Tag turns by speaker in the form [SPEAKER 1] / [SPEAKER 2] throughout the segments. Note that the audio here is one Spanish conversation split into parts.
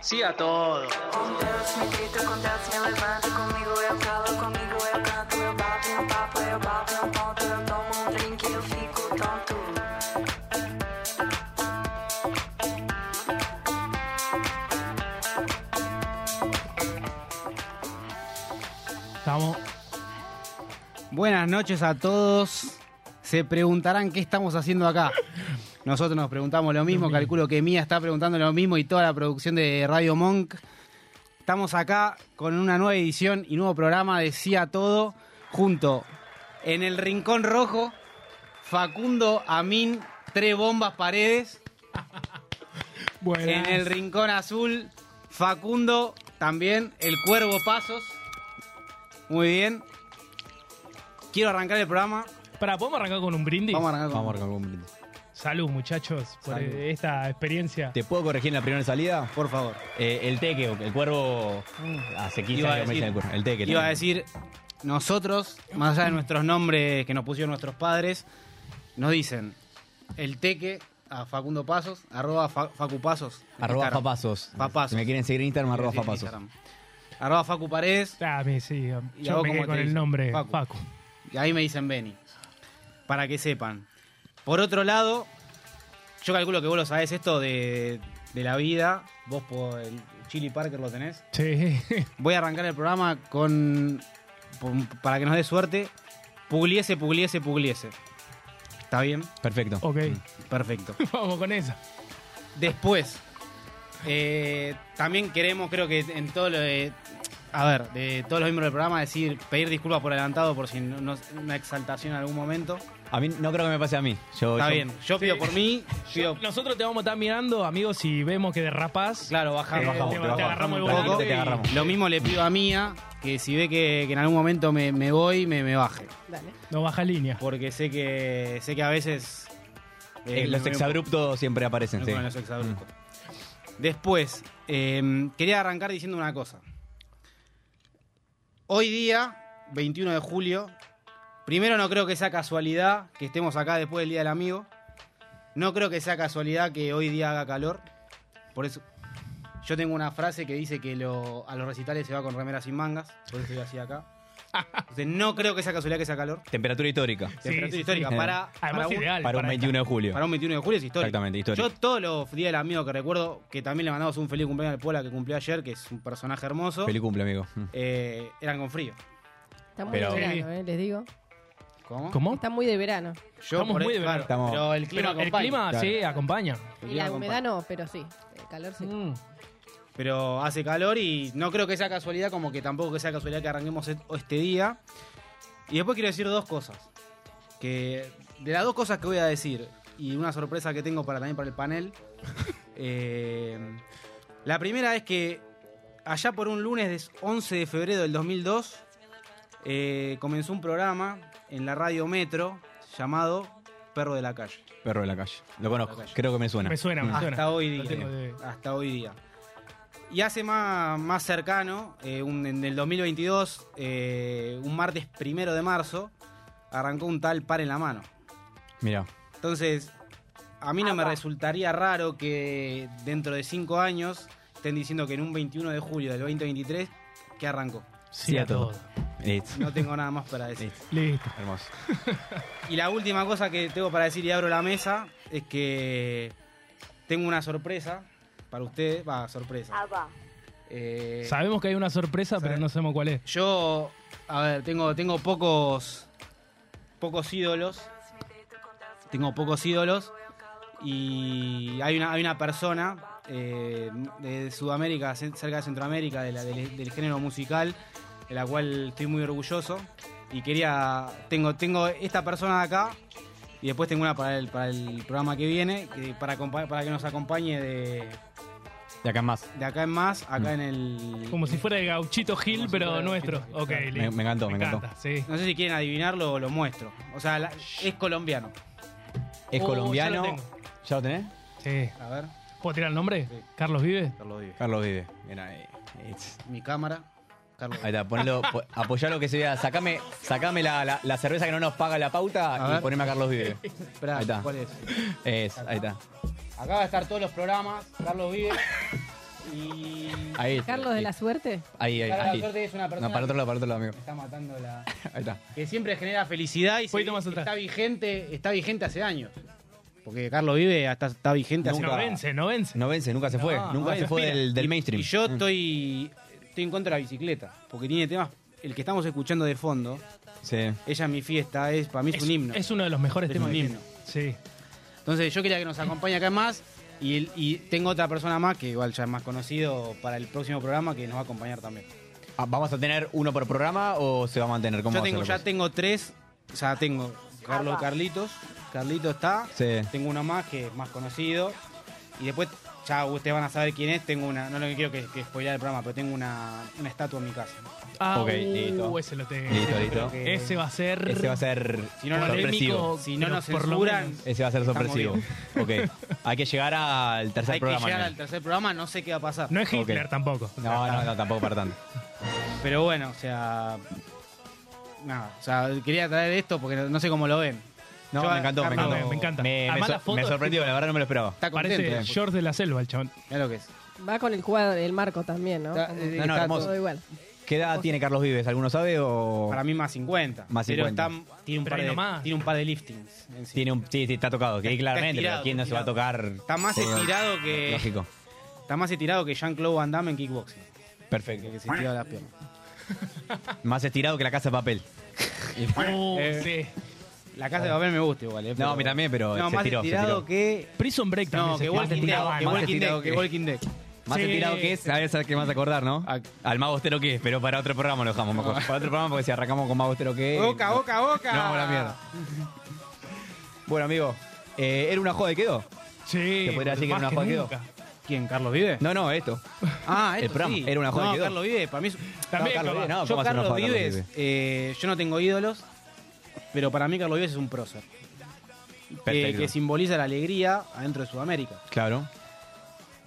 [SPEAKER 1] Sí a todo.
[SPEAKER 2] Me grito con Deus, me levanto comigo, eu calo comigo, eu canto, eu bato um papo, eu bato um ponto, eu tomo um drink, eu fico tonto.
[SPEAKER 3] Estamos. Buenas noches a todos. Se preguntarán qué estamos haciendo acá. Nosotros nos preguntamos lo mismo, calculo que Mía está preguntando lo mismo y toda la producción de Radio Monk. Estamos acá con una nueva edición y nuevo programa de Sí a Todo, junto en el Rincón Rojo, Facundo, Amin, Tres Bombas Paredes. En el Rincón Azul, Facundo, también el Cuervo Pasos. Muy bien. Quiero arrancar el programa.
[SPEAKER 4] Para, ¿podemos arrancar con un brindis?
[SPEAKER 3] Vamos a arrancar con-
[SPEAKER 5] Vamos a marcar un brindis.
[SPEAKER 4] Salud, muchachos, por
[SPEAKER 3] Salud.
[SPEAKER 4] eh, esta experiencia.
[SPEAKER 5] ¿Te puedo corregir en la primera salida?
[SPEAKER 3] Por favor.
[SPEAKER 5] Eh, el teque, el cuervo. Hace
[SPEAKER 3] Mm.
[SPEAKER 5] 15
[SPEAKER 3] Iba a
[SPEAKER 5] años
[SPEAKER 3] decir-
[SPEAKER 5] me dicen el cuervo. El teque.
[SPEAKER 3] Iba a
[SPEAKER 5] también.
[SPEAKER 3] decir, nosotros, más allá de nuestros nombres que nos pusieron nuestros padres, nos dicen el teque a Facundo Pasos, arroba fa- Facu Pasos. en
[SPEAKER 5] Arroba
[SPEAKER 3] Instagram.
[SPEAKER 5] papasos.
[SPEAKER 3] Papasos.
[SPEAKER 5] Si me quieren seguir en Instagram, arroba
[SPEAKER 3] Sí, en
[SPEAKER 5] papasos.
[SPEAKER 3] Instagram. Arroba Facu Paredes,
[SPEAKER 4] Ah, me- sí, yo
[SPEAKER 3] ¿Y a vos
[SPEAKER 4] me
[SPEAKER 3] cómo
[SPEAKER 4] quedé
[SPEAKER 3] te
[SPEAKER 4] con el
[SPEAKER 3] dicen?
[SPEAKER 4] nombre
[SPEAKER 3] Facu.
[SPEAKER 4] Facu.
[SPEAKER 3] y ahí me dicen Beni. Para que sepan. Por otro lado, yo calculo que vos lo sabés esto de, de la vida. Vos por el Chili Parker lo tenés.
[SPEAKER 4] Sí.
[SPEAKER 3] Voy a arrancar el programa con. pon- Para que nos dé suerte. Pugliese, pugliese, pugliese. ¿Está bien?
[SPEAKER 5] Perfecto.
[SPEAKER 4] ok,
[SPEAKER 3] Mm. Perfecto.
[SPEAKER 4] vamos con esa.
[SPEAKER 3] Después. eh, también queremos, creo que en todo lo de. A ver, de todos los miembros del programa, decir, pedir disculpas por adelantado por si no, no- una exaltación en algún momento.
[SPEAKER 5] A mí no creo que me pase a mí. Yo,
[SPEAKER 3] Está
[SPEAKER 5] yo-
[SPEAKER 3] bien. Yo pido por mí, pido.
[SPEAKER 4] Nosotros te vamos a estar mirando, amigos, si vemos que derrapás.
[SPEAKER 3] Claro, bajamos.
[SPEAKER 4] Eh,
[SPEAKER 5] bajamos,
[SPEAKER 4] te,
[SPEAKER 5] bajamos,
[SPEAKER 4] te agarramos el
[SPEAKER 3] bajamos un
[SPEAKER 4] volante.
[SPEAKER 3] poco.
[SPEAKER 5] Te
[SPEAKER 4] y-
[SPEAKER 5] agarramos.
[SPEAKER 3] Lo mismo le pido a Mía, que si ve que, que en algún momento me, me voy, me, me baje.
[SPEAKER 4] No baja línea.
[SPEAKER 3] porque sé que sé que a veces
[SPEAKER 5] Eh, los exabruptos siempre aparecen,
[SPEAKER 3] no
[SPEAKER 5] sí. Mm.
[SPEAKER 3] con los exabruptos. Después eh, quería arrancar diciendo una cosa. Hoy día 21 de julio. Primero no creo que sea casualidad que estemos acá después del día del amigo. No creo que sea casualidad que hoy día haga calor. Por eso yo tengo una frase que dice que lo- a los recitales se va con remeras sin mangas. Por eso yo así acá. Entonces, no creo que sea casualidad que sea calor.
[SPEAKER 5] Temperatura histórica.
[SPEAKER 4] Sí,
[SPEAKER 3] Temperatura
[SPEAKER 4] sí,
[SPEAKER 3] histórica
[SPEAKER 5] sí.
[SPEAKER 3] para,
[SPEAKER 4] Además,
[SPEAKER 3] para un-
[SPEAKER 4] ideal.
[SPEAKER 5] Para un 21 de julio.
[SPEAKER 3] para un 21 de julio es histórico.
[SPEAKER 5] Exactamente, histórico.
[SPEAKER 3] Yo todos los días del amigo que recuerdo, que también le mandamos un feliz cumpleaños al Pola que cumplió ayer, que es un personaje hermoso,
[SPEAKER 5] Feliz cumple, amigo. Mm.
[SPEAKER 3] eh, eran con frío.
[SPEAKER 6] Está muy
[SPEAKER 5] Pero-
[SPEAKER 6] de verano, eh, les digo.
[SPEAKER 3] ¿Cómo?
[SPEAKER 4] ¿Cómo?
[SPEAKER 6] Está muy de verano.
[SPEAKER 3] Yo
[SPEAKER 4] Estamos
[SPEAKER 3] por
[SPEAKER 4] muy
[SPEAKER 3] ahí-
[SPEAKER 4] de verano.
[SPEAKER 5] Estamos-
[SPEAKER 3] Pero el clima
[SPEAKER 4] Pero el
[SPEAKER 3] acompaña.
[SPEAKER 4] clima,
[SPEAKER 5] Claro.
[SPEAKER 4] sí, acompaña.
[SPEAKER 3] El
[SPEAKER 6] Y
[SPEAKER 3] clima
[SPEAKER 6] la
[SPEAKER 3] acompaña.
[SPEAKER 6] humedad no, pero sí. El calor sí.
[SPEAKER 4] Mm.
[SPEAKER 3] Pero hace calor y no creo que sea casualidad, como que tampoco que sea casualidad que arranquemos et- este día. Y después quiero decir dos cosas. Que de las dos cosas que voy a decir, y una sorpresa que tengo para también para el panel. eh, la primera es que allá por un lunes des- 11 de febrero del 2002 eh, comenzó un programa en la radio Metro llamado Perro de la Calle.
[SPEAKER 5] Perro de la calle. Lo conozco.
[SPEAKER 3] La calle.
[SPEAKER 5] Creo que me suena. Mm.
[SPEAKER 4] Me suena, me suena.
[SPEAKER 3] Hasta hoy
[SPEAKER 4] Lo
[SPEAKER 3] día.
[SPEAKER 4] tengo de-
[SPEAKER 3] Hasta hoy día. Y hace más, más cercano, eh, un- en el 2022, eh, un martes primero de marzo, arrancó un tal par en la mano.
[SPEAKER 5] Mira.
[SPEAKER 3] Entonces, a mí no me resultaría raro que dentro de cinco años estén diciendo que en un 21 de julio del 2023 que arrancó.
[SPEAKER 4] Sí, a todo.
[SPEAKER 5] It's
[SPEAKER 3] No tengo nada más para decir.
[SPEAKER 4] Listo.
[SPEAKER 5] hermoso.
[SPEAKER 3] Y la última cosa que tengo para decir y abro la mesa es que tengo una sorpresa para ustedes. Va, sorpresa.
[SPEAKER 2] Ah.
[SPEAKER 3] Eh,
[SPEAKER 4] Sabemos que hay una sorpresa,
[SPEAKER 3] ¿Sabe?
[SPEAKER 4] pero no sabemos cuál es.
[SPEAKER 3] yo, a ver, tengo, tengo pocos, pocos ídolos. Tengo pocos ídolos. Y hay una, hay una persona eh, de Sudamérica, ce- cerca de Centroamérica, de la- del, del género musical, de la cual estoy muy orgulloso. Y quería. Tengo, tengo esta persona de acá. Y después tengo una para el, para el programa que viene, que para, acompa- para que nos acompañe de,
[SPEAKER 5] De acá en más.
[SPEAKER 3] De acá en más, acá en el.
[SPEAKER 4] Como si fuera el gauchito Gil,
[SPEAKER 3] Como si
[SPEAKER 4] pero
[SPEAKER 3] fuera
[SPEAKER 4] nuestro.
[SPEAKER 3] Gauchito Gil,
[SPEAKER 4] ok,
[SPEAKER 3] claro.
[SPEAKER 4] listo.
[SPEAKER 5] Me- me encantó, me encantó.
[SPEAKER 4] encanta, sí.
[SPEAKER 3] No sé si quieren adivinarlo, lo muestro. O sea, la- es colombiano.
[SPEAKER 5] Es
[SPEAKER 4] Oh,
[SPEAKER 5] colombiano.
[SPEAKER 4] ya lo tengo.
[SPEAKER 5] ¿Ya lo tenés?
[SPEAKER 4] Sí.
[SPEAKER 3] A ver,
[SPEAKER 4] ¿Puedo tirar el nombre?
[SPEAKER 3] Sí.
[SPEAKER 4] Carlos Vive.
[SPEAKER 3] Carlos Vive.
[SPEAKER 5] Carlos Vive. Bien ahí. It's-
[SPEAKER 3] Mi cámara, Carlos
[SPEAKER 5] Ahí
[SPEAKER 3] Vive.
[SPEAKER 5] está, ponelo, po- apoyalo que se vea. Sacame, sacame la, la- la cerveza que no nos paga la
[SPEAKER 3] A
[SPEAKER 5] pauta y
[SPEAKER 3] ver.
[SPEAKER 5] poneme a Carlos Vive.
[SPEAKER 3] Esperá,
[SPEAKER 5] ahí está.
[SPEAKER 3] ¿cuál es?
[SPEAKER 5] Es, ahí está.
[SPEAKER 3] Acá va a estar todos los programas, Carlos Vive. Y.
[SPEAKER 5] Ahí.
[SPEAKER 6] Carlos de la Suerte.
[SPEAKER 5] Ahí, ahí,
[SPEAKER 3] Carlos
[SPEAKER 5] ahí.
[SPEAKER 3] de la Suerte es una persona.
[SPEAKER 5] No, para otro lado, para otro lado, amigo.
[SPEAKER 3] Me está matando la.
[SPEAKER 5] Ahí está.
[SPEAKER 3] Que siempre genera felicidad y se
[SPEAKER 4] Poquito
[SPEAKER 3] ve
[SPEAKER 4] más
[SPEAKER 3] que
[SPEAKER 4] atrás.
[SPEAKER 3] está vigente, está vigente hace años. Porque Carlos Vive hasta está vigente hace Ah,
[SPEAKER 5] Nunca-
[SPEAKER 4] No vence, no vence.
[SPEAKER 5] No vence, nunca se fue.
[SPEAKER 4] No,
[SPEAKER 5] nunca
[SPEAKER 4] no
[SPEAKER 5] se fue
[SPEAKER 4] respira.
[SPEAKER 5] del, del
[SPEAKER 3] Y-
[SPEAKER 5] mainstream. Mm.
[SPEAKER 3] Y yo estoy, estoy en contra de la bicicleta, porque tiene temas. El que estamos escuchando de fondo,
[SPEAKER 5] Sí.
[SPEAKER 3] Ella es mi fiesta, es para mí es, un himno.
[SPEAKER 4] es uno de los mejores
[SPEAKER 3] Es
[SPEAKER 4] temas
[SPEAKER 3] un
[SPEAKER 4] que
[SPEAKER 3] himno.
[SPEAKER 4] tiene. Sí.
[SPEAKER 3] Entonces yo quería que nos acompañe acá más y, el- y tengo otra persona más que igual ya es más conocido para el próximo programa que nos va a acompañar también.
[SPEAKER 5] Ah, ¿Vamos a tener uno por programa o se va a mantener? ¿Cómo
[SPEAKER 3] Yo
[SPEAKER 5] va a
[SPEAKER 3] tengo,
[SPEAKER 5] ser
[SPEAKER 3] ya
[SPEAKER 5] la
[SPEAKER 3] tengo tres, o sea, tengo Carlos Carlitos, Carlitos está,
[SPEAKER 5] cosa? Sí.
[SPEAKER 3] tengo uno más que es más conocido y después ya ustedes van a saber quién es, tengo una, no lo que quiero que, que spoilear el programa, pero tengo una, una estatua en mi casa.
[SPEAKER 4] Ah,
[SPEAKER 5] Ok,
[SPEAKER 4] uh,
[SPEAKER 5] listo.
[SPEAKER 4] ese lo tengo.
[SPEAKER 5] Listo, listo.
[SPEAKER 3] que-
[SPEAKER 4] Ese va a ser.
[SPEAKER 5] Ese va a ser
[SPEAKER 3] Si no, no,
[SPEAKER 5] sorpresivo.
[SPEAKER 3] Si no
[SPEAKER 4] Oh, pero
[SPEAKER 3] nos
[SPEAKER 4] por lo
[SPEAKER 3] censuran,
[SPEAKER 4] menos.
[SPEAKER 5] Ese va a ser
[SPEAKER 3] Estamos
[SPEAKER 5] sorpresivo. Ok. Hay que llegar al tercer
[SPEAKER 3] Hay que
[SPEAKER 5] programa.
[SPEAKER 3] llegar
[SPEAKER 5] al
[SPEAKER 3] al tercer programa, no sé qué va a pasar.
[SPEAKER 4] No es Hitler
[SPEAKER 5] Ok.
[SPEAKER 4] tampoco.
[SPEAKER 5] menos. No, no, no, tampoco para tanto.
[SPEAKER 3] Pero bueno, o sea. Nada, o sea, quería traer esto porque no, no sé cómo lo ven.
[SPEAKER 5] No,
[SPEAKER 3] Yo
[SPEAKER 5] me
[SPEAKER 3] a-
[SPEAKER 5] encantó, me
[SPEAKER 3] Carlos-
[SPEAKER 5] encantó.
[SPEAKER 4] me encanta.
[SPEAKER 5] Me, me
[SPEAKER 4] Además,
[SPEAKER 5] so-
[SPEAKER 4] la foto
[SPEAKER 5] me
[SPEAKER 4] es
[SPEAKER 5] sorprendió, la verdad no me lo esperaba.
[SPEAKER 3] Está contento.
[SPEAKER 4] Parece
[SPEAKER 3] eh.
[SPEAKER 4] George de la Selva, el chabón.
[SPEAKER 3] Mirá lo que es.
[SPEAKER 6] Va con el cuadro, el marco también, ¿no?
[SPEAKER 3] Está-
[SPEAKER 6] Como-
[SPEAKER 3] eh,
[SPEAKER 5] No, no,
[SPEAKER 3] está
[SPEAKER 5] hermoso.
[SPEAKER 6] todo igual.
[SPEAKER 5] ¿Qué edad tiene Carlos Vives? ¿Alguno sabe o...?
[SPEAKER 3] todo- Para mí más 50.
[SPEAKER 5] Más
[SPEAKER 3] pero
[SPEAKER 5] 50.
[SPEAKER 3] está- tiene, un
[SPEAKER 4] Pero
[SPEAKER 3] par
[SPEAKER 4] ahí
[SPEAKER 3] de,
[SPEAKER 4] nomás.
[SPEAKER 3] tiene un par de liftings. en sí.
[SPEAKER 5] Tiene un, sí, sí, está tocado, que claramente, pero
[SPEAKER 3] estirado,
[SPEAKER 5] ¿quién no se va a tocar?
[SPEAKER 3] Está más
[SPEAKER 5] Sí,
[SPEAKER 3] estirado que.
[SPEAKER 5] Lógico.
[SPEAKER 3] Está más estirado que Jean-Claude Van Damme en kickboxing.
[SPEAKER 5] Perfecto.
[SPEAKER 3] Que se estira las piernas.
[SPEAKER 5] Más estirado que la casa de papel.
[SPEAKER 4] Uh,
[SPEAKER 3] Eh.
[SPEAKER 4] sí.
[SPEAKER 3] La casa de papel me gusta igual, eh,
[SPEAKER 5] No,
[SPEAKER 3] pero-
[SPEAKER 5] a mí también, pero
[SPEAKER 3] No,
[SPEAKER 5] se
[SPEAKER 3] más
[SPEAKER 5] estiró, se
[SPEAKER 3] estirado
[SPEAKER 5] estiró.
[SPEAKER 3] que.
[SPEAKER 4] Prison Break también.
[SPEAKER 3] No,
[SPEAKER 4] se
[SPEAKER 3] que Walking Dead.
[SPEAKER 4] tira. Más
[SPEAKER 3] Que Walking
[SPEAKER 5] estirado
[SPEAKER 3] Dead. Que
[SPEAKER 5] que-
[SPEAKER 3] Walking Dead.
[SPEAKER 5] Más
[SPEAKER 4] Sí.
[SPEAKER 5] estirado que es, a ver sabes qué más acordar, ¿no?
[SPEAKER 3] Ah.
[SPEAKER 5] Al más austero que es, pero para otro programa lo dejamos, me acuerdo. Para otro programa porque si arrancamos con más austero que es.
[SPEAKER 3] Boca,
[SPEAKER 5] no-
[SPEAKER 3] boca, boca.
[SPEAKER 5] No, vamos a la mierda. Bueno, amigo, eh, ¿era una joda y quedó?
[SPEAKER 4] Sí.
[SPEAKER 5] Se podría decir que
[SPEAKER 4] más
[SPEAKER 5] era una joda que quedó.
[SPEAKER 4] nunca.
[SPEAKER 3] ¿Quién? ¿Carlos Vive?
[SPEAKER 5] No, no, esto.
[SPEAKER 3] Ah,
[SPEAKER 5] El
[SPEAKER 3] esto
[SPEAKER 5] programa,
[SPEAKER 3] sí.
[SPEAKER 5] era una joda
[SPEAKER 3] No,
[SPEAKER 5] que quedó.
[SPEAKER 3] Carlos Vive, para mí es-
[SPEAKER 4] También,
[SPEAKER 5] no, Carlos
[SPEAKER 4] capaz.
[SPEAKER 5] Vives,
[SPEAKER 3] yo,
[SPEAKER 5] no, ¿cómo hacer una
[SPEAKER 3] Carlos
[SPEAKER 5] joda de Carlos
[SPEAKER 3] Vives,
[SPEAKER 5] Vives?
[SPEAKER 3] eh, yo no tengo ídolos, pero para mí Carlos Vives es un prócer. Que,
[SPEAKER 5] Perfecto.
[SPEAKER 3] que simboliza la alegría adentro de Sudamérica.
[SPEAKER 5] Claro.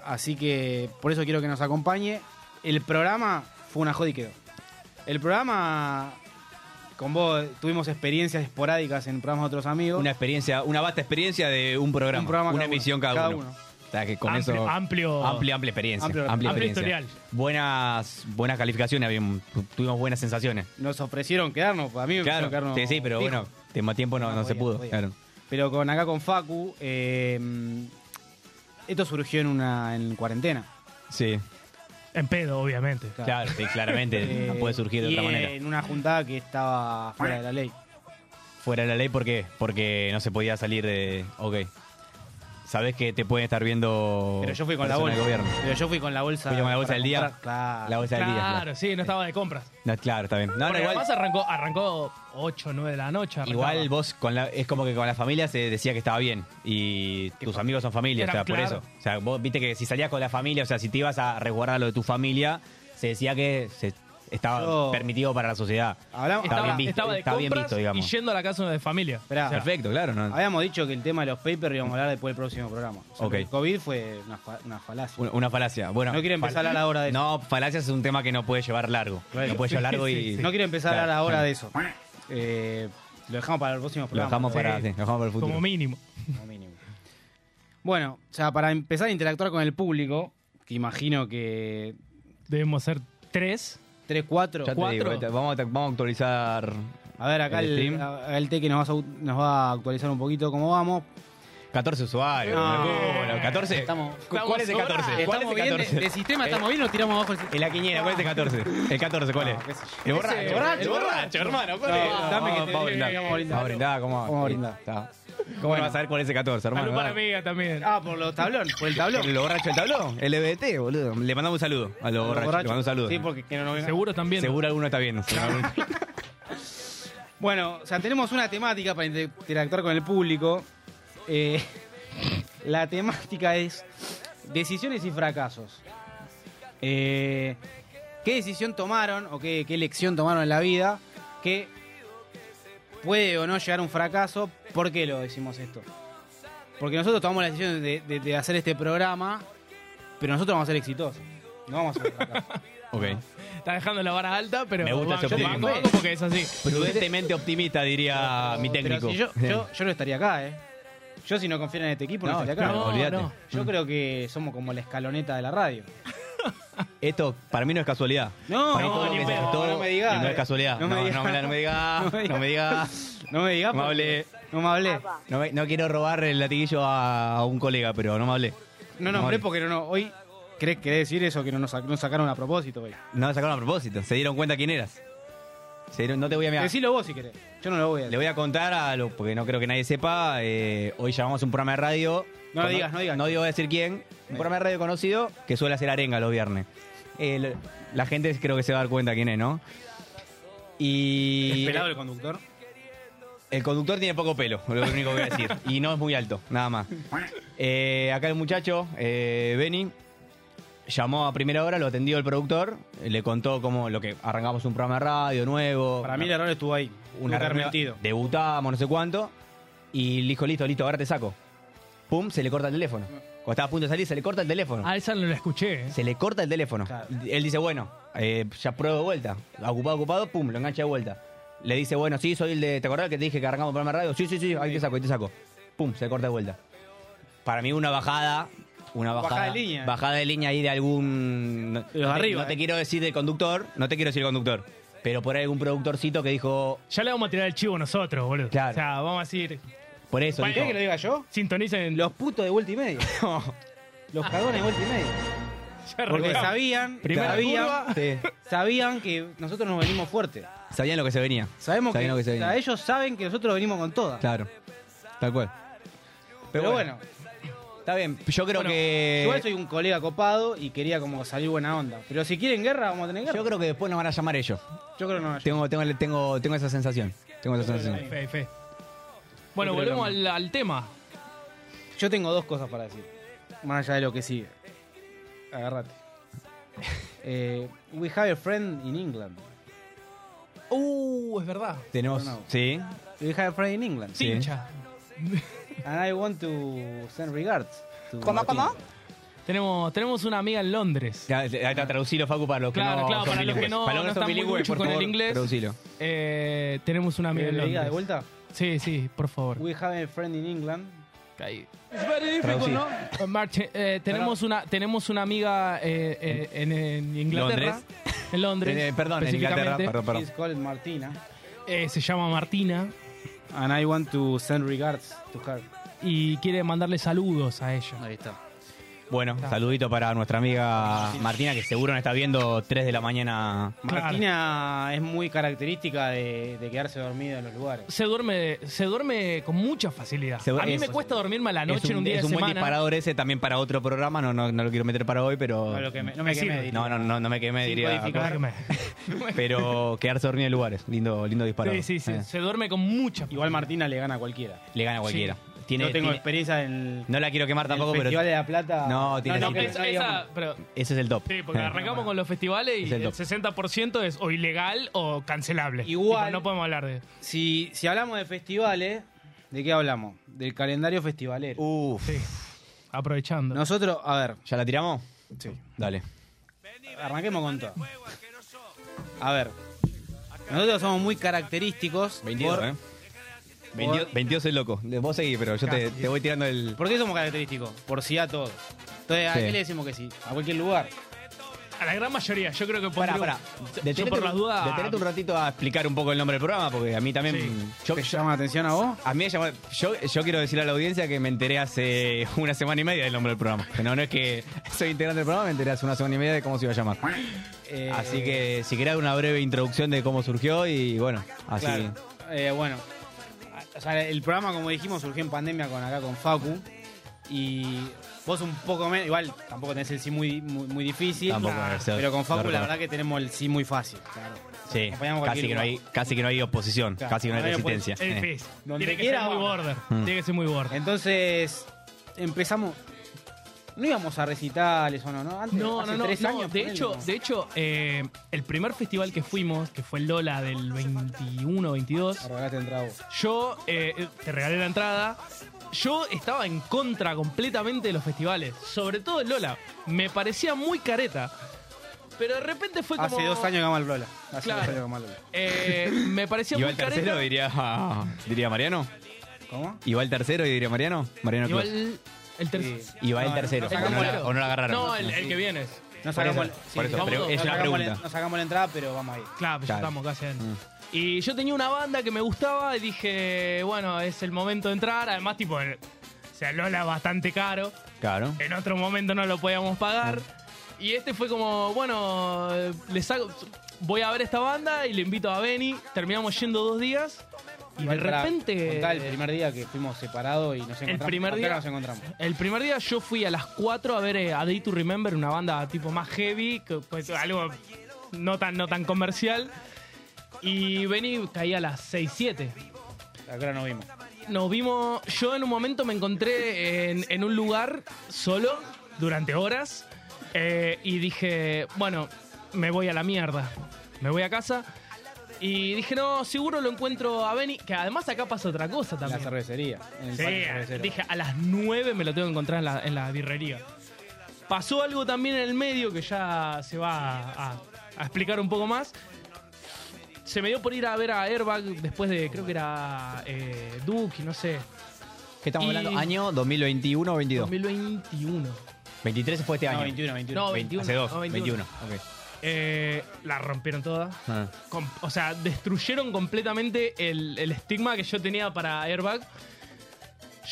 [SPEAKER 3] Así que por eso quiero que nos acompañe. El programa fue una joda y quedó. El programa, con vos tuvimos experiencias esporádicas en programas de otros amigos.
[SPEAKER 5] Una experiencia, una vasta experiencia de un programa.
[SPEAKER 3] Un programa
[SPEAKER 5] una
[SPEAKER 3] cada uno,
[SPEAKER 5] emisión cada,
[SPEAKER 3] cada
[SPEAKER 5] uno.
[SPEAKER 3] uno.
[SPEAKER 5] O sea, que con
[SPEAKER 4] Amplio-
[SPEAKER 5] eso.
[SPEAKER 4] amplio-
[SPEAKER 5] Amplia, amplia experiencia.
[SPEAKER 3] Amplio-
[SPEAKER 5] Amplia,
[SPEAKER 4] amplio
[SPEAKER 5] experiencia.
[SPEAKER 4] historial.
[SPEAKER 5] Buenas, buenas calificaciones, habíamos- tu- tuvimos buenas sensaciones.
[SPEAKER 3] Nos ofrecieron quedarnos, a mí me
[SPEAKER 5] Claro,
[SPEAKER 3] ofrecieron quedarnos.
[SPEAKER 5] sí, sí, pero
[SPEAKER 3] fijo.
[SPEAKER 5] bueno, tema tiempo no,
[SPEAKER 3] No,
[SPEAKER 5] no se
[SPEAKER 3] podía,
[SPEAKER 5] pudo.
[SPEAKER 3] podía.
[SPEAKER 5] Claro.
[SPEAKER 3] Pero con acá con Facu, eh, esto surgió en una en cuarentena.
[SPEAKER 5] Sí,
[SPEAKER 4] En pedo, obviamente.
[SPEAKER 5] claro, sí, claramente,
[SPEAKER 3] Eh,
[SPEAKER 5] no puede surgir de
[SPEAKER 3] y
[SPEAKER 5] otra manera.
[SPEAKER 3] En una juntada que estaba fuera de la ley.
[SPEAKER 5] Fuera de la ley, ¿por qué? Porque no se podía salir de. Ok. Sabes que te pueden estar viendo.
[SPEAKER 3] Pero yo fui con la
[SPEAKER 5] personas
[SPEAKER 3] bolsa.
[SPEAKER 5] del gobierno.
[SPEAKER 3] Pero yo fui con la bolsa.
[SPEAKER 5] Fui con la bolsa
[SPEAKER 3] para
[SPEAKER 5] del día.
[SPEAKER 3] comprar, Claro.
[SPEAKER 5] La bolsa del día.
[SPEAKER 4] Claro, sí, no estaba de compras.
[SPEAKER 5] No, claro, está bien. No, no,
[SPEAKER 4] Porque
[SPEAKER 5] igual,
[SPEAKER 4] además arrancó, arrancó 8 9 de la noche. arrancaba.
[SPEAKER 5] igual vos con la, es como que con la familia se decía que estaba bien. Y tus amigos son familia,
[SPEAKER 4] Era
[SPEAKER 5] o sea, por
[SPEAKER 4] claro.
[SPEAKER 5] eso. O sea, vos viste que si salías con la familia, o sea, si te ibas a resguardar lo de tu familia, se decía que se- estaba
[SPEAKER 3] Yo-
[SPEAKER 5] permitido para la sociedad.
[SPEAKER 3] Hablamos-
[SPEAKER 5] Está bien
[SPEAKER 4] Estaba,
[SPEAKER 5] visto,
[SPEAKER 4] estaba de
[SPEAKER 5] está bien
[SPEAKER 4] compras
[SPEAKER 5] visto, digamos.
[SPEAKER 4] y yendo a la casa de familia.
[SPEAKER 3] Esperá,
[SPEAKER 5] Perfecto, claro. ¿no?
[SPEAKER 3] Habíamos dicho que el tema de los papers lo íbamos a hablar después del próximo programa. O sea,
[SPEAKER 5] Ok.
[SPEAKER 3] El COVID fue una, fa- una falacia.
[SPEAKER 5] Una, una falacia. Bueno,
[SPEAKER 3] No quiero empezar
[SPEAKER 5] fal-
[SPEAKER 3] a la hora de eso.
[SPEAKER 5] No, falacias es un tema que no puede llevar largo.
[SPEAKER 3] Claro.
[SPEAKER 5] No puede llevar largo
[SPEAKER 4] Sí,
[SPEAKER 5] y.
[SPEAKER 3] No quiero empezar a hablar
[SPEAKER 5] Claro,
[SPEAKER 3] ahora
[SPEAKER 5] claro.
[SPEAKER 3] de eso. Eh, lo dejamos para el próximo
[SPEAKER 5] Lo
[SPEAKER 3] programa.
[SPEAKER 5] dejamos, para,
[SPEAKER 4] Sí.
[SPEAKER 5] sí, lo dejamos para el futuro.
[SPEAKER 4] Como mínimo.
[SPEAKER 3] como mínimo. Bueno, o sea, para empezar a interactuar con el público, que imagino que
[SPEAKER 4] Debemos ser tres.
[SPEAKER 3] 3, 4,
[SPEAKER 5] Ya te
[SPEAKER 4] Cuatro.
[SPEAKER 5] digo, ahorita vamos, a, vamos a actualizar.
[SPEAKER 3] A ver, acá
[SPEAKER 5] ¿El
[SPEAKER 3] el,
[SPEAKER 5] stream?
[SPEAKER 3] acá el Teque nos, va a sau- nos va a actualizar un poquito cómo vamos.
[SPEAKER 5] 14 usuarios.
[SPEAKER 3] No.
[SPEAKER 5] Bueno, 14.
[SPEAKER 3] Estamos-
[SPEAKER 5] ¿Cu- ¿Cuál es el 14? ¿Cuál es Eh,
[SPEAKER 3] ¿Estamos
[SPEAKER 5] el
[SPEAKER 3] bien de,
[SPEAKER 5] 14?
[SPEAKER 3] de sistema? ¿Estamos bien o tiramos abajo el
[SPEAKER 5] En
[SPEAKER 3] sistema?
[SPEAKER 5] la quiniela, ¿cuál es el 14? El 14, ¿cuál es?
[SPEAKER 3] No, qué sé yo.
[SPEAKER 5] El borracho.
[SPEAKER 3] Ese, borracho,
[SPEAKER 5] el borracho, hermano. ¿cuál
[SPEAKER 3] No,
[SPEAKER 5] es?
[SPEAKER 3] dame que te-
[SPEAKER 5] vamos a brindar.
[SPEAKER 3] vamos a brindar.
[SPEAKER 5] Vamos a brindar, ¿cómo va?
[SPEAKER 3] Vamos a brindar.
[SPEAKER 5] Está. eh, ¿Cómo no vas a saber cuál es el 14, hermano?
[SPEAKER 4] Salud para
[SPEAKER 5] Dale.
[SPEAKER 4] amiga también.
[SPEAKER 3] Ah, por los tablón, por el tablón.
[SPEAKER 5] ¿El borracho del tablón? El EBT, boludo. Le mandamos un saludo a los borrachos. Le mandamos un saludo.
[SPEAKER 3] Sí, porque que no nos venga-
[SPEAKER 4] Seguro también.
[SPEAKER 5] Seguro alguno está viendo.
[SPEAKER 3] Bueno, o sea, tenemos una temática para inter- interactuar con el público. Eh, la temática es decisiones y fracasos. eh, qué decisión tomaron o qué, qué elección tomaron en la vida que puede o no llegar a un fracaso. ¿Por qué lo decimos esto? Porque nosotros tomamos la decisión de, de- de hacer este programa, pero nosotros vamos a ser exitosos. No vamos a ser fracasos.
[SPEAKER 5] Ok.
[SPEAKER 4] Está dejando la vara alta, pero
[SPEAKER 5] Me gusta ese
[SPEAKER 4] yo
[SPEAKER 5] optimismo.
[SPEAKER 4] banco porque es así.
[SPEAKER 5] Prudentemente optimista, diría mi
[SPEAKER 3] Pero
[SPEAKER 5] técnico.
[SPEAKER 3] si yo, yo, yo no estaría acá, ¿eh? Yo si no confiara en este equipo no,
[SPEAKER 5] No,
[SPEAKER 3] estaría acá.
[SPEAKER 5] no, olvídate. Mm. no.
[SPEAKER 3] Yo creo que somos como la escaloneta de la radio.
[SPEAKER 5] Esto para mí no es casualidad.
[SPEAKER 3] No,
[SPEAKER 5] Para mí todo
[SPEAKER 3] no,
[SPEAKER 5] lo que
[SPEAKER 3] ni
[SPEAKER 5] se
[SPEAKER 3] pedo,
[SPEAKER 5] gestó
[SPEAKER 3] no me digas.
[SPEAKER 5] No es casualidad.
[SPEAKER 3] No
[SPEAKER 5] No,
[SPEAKER 3] me
[SPEAKER 5] no me
[SPEAKER 3] digas.
[SPEAKER 5] la- no me
[SPEAKER 3] No me
[SPEAKER 5] digas.
[SPEAKER 3] No
[SPEAKER 5] No me digas.
[SPEAKER 3] me digas.
[SPEAKER 5] No me
[SPEAKER 3] porque-
[SPEAKER 5] hablé.
[SPEAKER 3] No me hablé.
[SPEAKER 5] No, me- no quiero robar el latiguillo a, a un colega, pero no me hablé.
[SPEAKER 3] No
[SPEAKER 5] me
[SPEAKER 3] nombré
[SPEAKER 5] hablé.
[SPEAKER 3] porque no, no, hoy crees que decir eso que no nos sac- no sacaron a propósito hoy.
[SPEAKER 5] No me sacaron a propósito. Se dieron cuenta quién eras. Se dieron- no te voy a mirar.
[SPEAKER 3] Decilo vos si querés. Yo no lo voy a
[SPEAKER 5] Le
[SPEAKER 3] decir.
[SPEAKER 5] voy a contar a lo porque no creo que nadie sepa. eh, hoy llamamos un programa de radio.
[SPEAKER 3] No lo digas, no digas.
[SPEAKER 5] No digo decir quién. Un programa de radio conocido que suele hacer arenga los viernes. Eh, lo- la gente creo que se va a dar cuenta quién es, ¿no? Y
[SPEAKER 3] Pelado el conductor.
[SPEAKER 5] el conductor tiene poco pelo, lo único que voy a decir. y no es muy alto, nada más. Eh, acá el muchacho, eh, Benny, llamó a primera hora, lo atendió el productor, le contó cómo lo que arrancamos un programa de radio nuevo.
[SPEAKER 3] Para mí el error estuvo ahí. Un
[SPEAKER 5] Oh, una
[SPEAKER 3] error
[SPEAKER 5] reunión,
[SPEAKER 3] mentido.
[SPEAKER 5] Debutamos, no sé cuánto. Y le dijo, listo, listo, ahora te saco. Pum, se le corta el teléfono. Cuando estaba a punto de salir, se le corta el teléfono.
[SPEAKER 4] A esa no la escuché. ¿eh?
[SPEAKER 5] Se le corta el teléfono.
[SPEAKER 3] Claro.
[SPEAKER 5] Él dice, bueno, eh, ya pruebo de vuelta. Ocupado, ocupado, pum, lo engancha de vuelta. Le dice, bueno, sí, soy el de. ¿Te acordás que te dije que arrancamos el programa de radio? Sí, sí, sí, ahí te saco, ahí te saco. Pum, se corta de vuelta. Para mí, una bajada. Una bajada,
[SPEAKER 3] Bajada de línea.
[SPEAKER 5] Bajada de línea ahí de algún. no-
[SPEAKER 3] De los
[SPEAKER 5] no te-
[SPEAKER 3] arriba,
[SPEAKER 5] No
[SPEAKER 3] eh.
[SPEAKER 5] te quiero decir del conductor, no te quiero decir el conductor. Pero por ahí algún productorcito que dijo,
[SPEAKER 4] Ya le vamos a tirar el chivo nosotros, boludo.
[SPEAKER 5] Claro.
[SPEAKER 4] O sea, vamos a decir,
[SPEAKER 5] por eso.
[SPEAKER 4] Bueno,
[SPEAKER 3] ¿Querés
[SPEAKER 5] dijo,
[SPEAKER 3] que lo diga yo?
[SPEAKER 4] sintonicen
[SPEAKER 3] Los putos de vuelta y media. Los cagones de vuelta y media.
[SPEAKER 4] Ya
[SPEAKER 3] Porque
[SPEAKER 4] arrancamos.
[SPEAKER 3] sabían,
[SPEAKER 4] Primera
[SPEAKER 3] sabían,
[SPEAKER 5] Sí.
[SPEAKER 3] sabían que nosotros nos venimos fuerte.
[SPEAKER 5] Sabían lo que se venía.
[SPEAKER 3] Sabemos que,
[SPEAKER 5] Sabían lo que se
[SPEAKER 3] o sea,
[SPEAKER 5] venía.
[SPEAKER 3] ellos saben que nosotros venimos con todas.
[SPEAKER 5] Claro. Tal cual. Pero, eh,
[SPEAKER 3] Pero bueno,
[SPEAKER 5] Está bien. Yo creo
[SPEAKER 4] Bueno,
[SPEAKER 5] que.
[SPEAKER 3] igual soy un colega copado y quería como salir buena onda. Pero si quieren guerra, vamos a tener guerra.
[SPEAKER 5] Yo creo que después nos van a llamar ellos.
[SPEAKER 3] Yo creo que no.
[SPEAKER 5] Tengo, tengo, tengo, tengo esa sensación. Tengo esa sensación.
[SPEAKER 4] Fe, fe. Bueno,
[SPEAKER 3] Yo creo
[SPEAKER 4] volvemos
[SPEAKER 3] que
[SPEAKER 4] al, al tema.
[SPEAKER 3] Yo tengo dos cosas para decir, más allá de lo que sigue. Agárrate. Eh, we have a friend in England.
[SPEAKER 4] Uh, es verdad.
[SPEAKER 5] Tenemos.
[SPEAKER 3] No, no.
[SPEAKER 5] Sí.
[SPEAKER 3] We have a friend in England.
[SPEAKER 5] Sí.
[SPEAKER 4] Pincha.
[SPEAKER 3] And I want to send regards. to-
[SPEAKER 7] ¿Cómo, cómo?
[SPEAKER 4] Tenemos, tenemos una amiga en Londres.
[SPEAKER 5] Ya, ya, ya, Traducilo, Facu, para los que
[SPEAKER 4] Claro,
[SPEAKER 5] no
[SPEAKER 4] claro,
[SPEAKER 5] son
[SPEAKER 4] para los que
[SPEAKER 5] bilingües.
[SPEAKER 4] no-
[SPEAKER 5] para los
[SPEAKER 4] no
[SPEAKER 5] que
[SPEAKER 4] están
[SPEAKER 5] son
[SPEAKER 4] muy
[SPEAKER 5] bilingües,
[SPEAKER 4] duchos
[SPEAKER 5] por
[SPEAKER 4] con el
[SPEAKER 5] favor,
[SPEAKER 4] inglés.
[SPEAKER 5] traducilo.
[SPEAKER 4] Eh, tenemos una amiga
[SPEAKER 3] ¿Querés que
[SPEAKER 4] en
[SPEAKER 3] lo diga de
[SPEAKER 4] Londres.
[SPEAKER 3] vuelta?
[SPEAKER 4] Sí, sí, por favor.
[SPEAKER 3] We have a friend in England.
[SPEAKER 4] Ahí. Eh, Marche, eh, tenemos, una, tenemos una amiga eh, eh, en, en Inglaterra.
[SPEAKER 5] Londres.
[SPEAKER 4] En Londres.
[SPEAKER 5] Eh, perdón, en Inglaterra.
[SPEAKER 4] específicamente.
[SPEAKER 5] Ah, Perdón, perdón.
[SPEAKER 3] She's called Martina.
[SPEAKER 4] Eh, se llama Martina
[SPEAKER 3] And I want to send regards to her.
[SPEAKER 4] y quiere mandarle saludos a ella.
[SPEAKER 3] Ahí está.
[SPEAKER 5] Bueno, saludito para nuestra amiga Martina, que seguro nos está viendo 3 de la mañana.
[SPEAKER 3] Martina es muy característica de, de quedarse dormida en los lugares.
[SPEAKER 4] Se duerme, se duerme con mucha facilidad.
[SPEAKER 5] Se-
[SPEAKER 4] a mí
[SPEAKER 5] es-
[SPEAKER 4] me cuesta dormirme a la noche
[SPEAKER 5] es un,
[SPEAKER 4] en un día
[SPEAKER 5] es
[SPEAKER 4] de
[SPEAKER 5] un buen
[SPEAKER 4] semana.
[SPEAKER 5] disparador ese también para otro programa. No, no, no lo quiero meter para hoy, pero.
[SPEAKER 3] No, lo que me, no me
[SPEAKER 4] Me
[SPEAKER 3] quemé,
[SPEAKER 4] sirve.
[SPEAKER 3] diría.
[SPEAKER 5] No, no, no, no me quemé,
[SPEAKER 3] Sin
[SPEAKER 5] diría.
[SPEAKER 3] codificar.
[SPEAKER 4] Claro que me-
[SPEAKER 5] Pero quedarse dormido en lugares. Lindo, lindo disparo.
[SPEAKER 4] Sí, sí, sí.
[SPEAKER 5] Eh,
[SPEAKER 4] Se duerme con mucha.
[SPEAKER 3] Igual Martina le gana a cualquiera.
[SPEAKER 5] Le gana a cualquiera. Tiene,
[SPEAKER 3] no tengo
[SPEAKER 5] tiene-
[SPEAKER 3] experiencia en el,
[SPEAKER 5] no la quiero quemar
[SPEAKER 3] en el
[SPEAKER 5] tampoco, pero.
[SPEAKER 3] Festival de la Plata.
[SPEAKER 5] No, tiene
[SPEAKER 3] no,
[SPEAKER 5] sí,
[SPEAKER 3] que-
[SPEAKER 5] pero-
[SPEAKER 4] esa-
[SPEAKER 3] no digamos-
[SPEAKER 4] esa- pero-
[SPEAKER 5] Ese es el top.
[SPEAKER 4] Sí, porque
[SPEAKER 5] Eh,
[SPEAKER 4] arrancamos con los festivales
[SPEAKER 5] Es
[SPEAKER 4] y el,
[SPEAKER 5] el top.
[SPEAKER 4] 60% es o ilegal o cancelable.
[SPEAKER 3] Igual-
[SPEAKER 4] Tipo, no podemos hablar de.
[SPEAKER 3] Si, si hablamos de festivales, ¿de qué hablamos? Del calendario festivalero.
[SPEAKER 5] Uf.
[SPEAKER 4] Sí. Aprovechando.
[SPEAKER 3] Nosotros, a ver,
[SPEAKER 5] ¿Ya la tiramos?
[SPEAKER 3] Sí.
[SPEAKER 5] Dale.
[SPEAKER 3] arranquemos con todo. A ver, nosotros somos muy característicos.
[SPEAKER 5] 22,
[SPEAKER 3] por,
[SPEAKER 5] ¿eh? 22, 22 es loco. Vos seguís, pero yo te, te voy tirando el.
[SPEAKER 3] ¿Por qué somos característicos? Por sí a todos. Entonces, ¿a
[SPEAKER 5] Sí.
[SPEAKER 3] qué le decimos que sí? A cualquier lugar.
[SPEAKER 4] A la gran mayoría, yo creo que
[SPEAKER 5] Pará,
[SPEAKER 4] pondría-
[SPEAKER 5] pará.
[SPEAKER 4] Yo por las dudas.
[SPEAKER 5] Detenete un ratito a explicar un poco el nombre del programa, porque a mí también.
[SPEAKER 4] Sí.
[SPEAKER 5] Yo,
[SPEAKER 3] ¿Te llama la atención a vos?
[SPEAKER 5] a mí me llamó- yo, yo quiero decirle a la audiencia que me enteré hace una semana y media del nombre del programa. Que No, no es que soy integrante del programa, me enteré hace una semana y media de cómo se iba a llamar.
[SPEAKER 3] Eh,
[SPEAKER 5] Así que si querés una breve introducción de cómo surgió y bueno, así.
[SPEAKER 3] Claro. Eh, bueno, a- o sea, el programa, como dijimos, surgió en pandemia con acá con Facu. Y vos un poco menos, igual tampoco tenés el sí muy, muy, muy difícil.
[SPEAKER 5] Tampoco,
[SPEAKER 3] Ah,
[SPEAKER 5] o sea,
[SPEAKER 3] pero con Facu la
[SPEAKER 5] no reconozco.
[SPEAKER 3] verdad que tenemos el sí muy fácil. Claro.
[SPEAKER 5] Sí,
[SPEAKER 3] Acompañamos a
[SPEAKER 5] casi que,
[SPEAKER 3] cualquier
[SPEAKER 5] no hay, casi que no hay oposición,
[SPEAKER 3] Claro,
[SPEAKER 5] casi que no hay
[SPEAKER 3] no hay
[SPEAKER 5] resistencia.
[SPEAKER 4] Es
[SPEAKER 5] Eh.
[SPEAKER 4] difícil.
[SPEAKER 3] Donde
[SPEAKER 4] Tiene que
[SPEAKER 3] quiera,
[SPEAKER 4] ser muy
[SPEAKER 3] vamos.
[SPEAKER 4] border.
[SPEAKER 5] Mm.
[SPEAKER 4] Tiene que ser muy border.
[SPEAKER 3] Entonces, empezamos. No íbamos a recitales o no, ¿no? Antes,
[SPEAKER 4] No,
[SPEAKER 3] hace
[SPEAKER 4] no, no,
[SPEAKER 3] tres
[SPEAKER 4] no,
[SPEAKER 3] años.
[SPEAKER 4] de
[SPEAKER 3] ponele,
[SPEAKER 4] hecho,
[SPEAKER 3] no.
[SPEAKER 4] de hecho eh, el primer festival que fuimos, que fue el Lola del 21-22,
[SPEAKER 3] Arreglaste entrada vos.
[SPEAKER 4] yo eh, te regalé la entrada. Yo estaba en contra completamente de los festivales, sobre todo el Lola. Me parecía muy careta. Pero de repente fue como.
[SPEAKER 3] Hace dos años que vamos al Lola. Hace
[SPEAKER 4] Claro.
[SPEAKER 3] dos años que vamos al Lola.
[SPEAKER 4] eh, me parecía
[SPEAKER 5] Iba
[SPEAKER 4] muy
[SPEAKER 5] al tercero,
[SPEAKER 4] careta.
[SPEAKER 5] diría, diría Mariano.
[SPEAKER 3] ¿Cómo?
[SPEAKER 5] Iba al tercero y diría Mariano. Mariano Cruz.
[SPEAKER 4] Igual el tercero.
[SPEAKER 3] Sí.
[SPEAKER 5] Iba
[SPEAKER 3] No,
[SPEAKER 5] el
[SPEAKER 3] no,
[SPEAKER 5] tercero.
[SPEAKER 3] no sacamos
[SPEAKER 5] o, no la,
[SPEAKER 3] el-
[SPEAKER 5] o no la agarraron.
[SPEAKER 4] No, el, el que viene.
[SPEAKER 3] No
[SPEAKER 5] Por eso,
[SPEAKER 3] sacamos, sí,
[SPEAKER 5] por eso,
[SPEAKER 3] sí,
[SPEAKER 5] pero
[SPEAKER 4] vamos-
[SPEAKER 5] es
[SPEAKER 3] no
[SPEAKER 5] una
[SPEAKER 3] sacamos la-
[SPEAKER 5] pregunta.
[SPEAKER 3] no sacamos la entrada, pero vamos ahí.
[SPEAKER 4] Claro, pues ya
[SPEAKER 5] Claro. Mm.
[SPEAKER 4] estamos casi adentro. Y yo tenía una banda que me gustaba y dije, bueno, es el momento de entrar. Además, tipo, el- o sea, Lola es bastante caro.
[SPEAKER 5] Claro.
[SPEAKER 4] En otro momento no lo podíamos pagar.
[SPEAKER 5] Mm.
[SPEAKER 4] Y este fue como, bueno, eh, le saco, voy a ver esta banda y le invito a Benny. Terminamos yendo dos días y de
[SPEAKER 3] Igual para
[SPEAKER 4] repente...
[SPEAKER 3] contar el primer día que fuimos separados y nos encontramos.
[SPEAKER 4] primer
[SPEAKER 3] ¿A qué
[SPEAKER 4] día-
[SPEAKER 3] hora nos encontramos.
[SPEAKER 4] El primer día yo fui a las 4 a ver eh, A Day to Remember, una banda tipo más heavy, que- pues, algo no tan, no tan comercial. Y Benny caía a las 6, 7.
[SPEAKER 3] ¿A qué hora nos vimos?
[SPEAKER 4] Nos vimos, yo en un momento me encontré en, en un lugar solo durante horas eh, y dije, bueno, me voy a la mierda, me voy a casa. Y dije, no, seguro lo encuentro a Benny, que además acá pasa otra cosa
[SPEAKER 3] En la
[SPEAKER 4] también.
[SPEAKER 3] cervecería. En el
[SPEAKER 4] Sí,
[SPEAKER 3] patio cervecero.
[SPEAKER 4] dije, a las 9 me lo tengo que encontrar en la, en la birrería. Pasó algo también en el medio que ya se va a, a- a explicar un poco más. Se me dio por ir a ver a Airbag después de, creo que era eh, Duke, no sé,
[SPEAKER 5] ¿Qué estamos
[SPEAKER 4] Y-
[SPEAKER 5] hablando? ¿Año 2021 o 22?
[SPEAKER 4] 2021.
[SPEAKER 5] 23 fue este
[SPEAKER 3] No,
[SPEAKER 5] año.
[SPEAKER 3] 21, 21.
[SPEAKER 4] No,
[SPEAKER 5] 20,
[SPEAKER 4] 21.
[SPEAKER 5] Hace dos,
[SPEAKER 4] no,
[SPEAKER 5] 21.
[SPEAKER 4] 21. Eh, la rompieron toda.
[SPEAKER 5] Ah.
[SPEAKER 4] Com- o sea, destruyeron completamente el, el estigma que yo tenía para Airbag.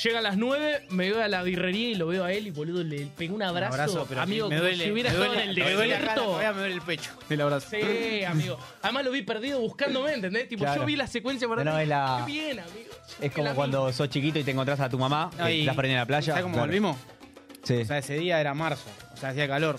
[SPEAKER 4] Llega a las 9, me veo a la birrería y lo veo a él y boludo, le pegó un abrazo. amigo,
[SPEAKER 3] me
[SPEAKER 4] como
[SPEAKER 3] duele,
[SPEAKER 4] si hubiera
[SPEAKER 3] me
[SPEAKER 4] estado
[SPEAKER 3] duele,
[SPEAKER 4] en el
[SPEAKER 3] me duele la cara,
[SPEAKER 4] desierto.
[SPEAKER 3] todavía me duele el pecho. El abrazo.
[SPEAKER 4] Sí, amigo. Además lo vi perdido buscándome, ¿entendés? Tipo,
[SPEAKER 5] Claro.
[SPEAKER 4] yo vi la secuencia por
[SPEAKER 5] No, no,
[SPEAKER 4] atrás,
[SPEAKER 5] es la-
[SPEAKER 4] Qué bien, amigo. Qué
[SPEAKER 5] Es como
[SPEAKER 4] la
[SPEAKER 5] cuando sos chiquito y te encontrás a tu mamá,
[SPEAKER 3] No,
[SPEAKER 5] que
[SPEAKER 3] y-
[SPEAKER 5] estás por ahí en eh, la playa.
[SPEAKER 3] ¿Sabes cómo
[SPEAKER 5] Claro.
[SPEAKER 3] volvimos?
[SPEAKER 5] Sí.
[SPEAKER 3] O sea, ese día era marzo. O sea, hacía calor.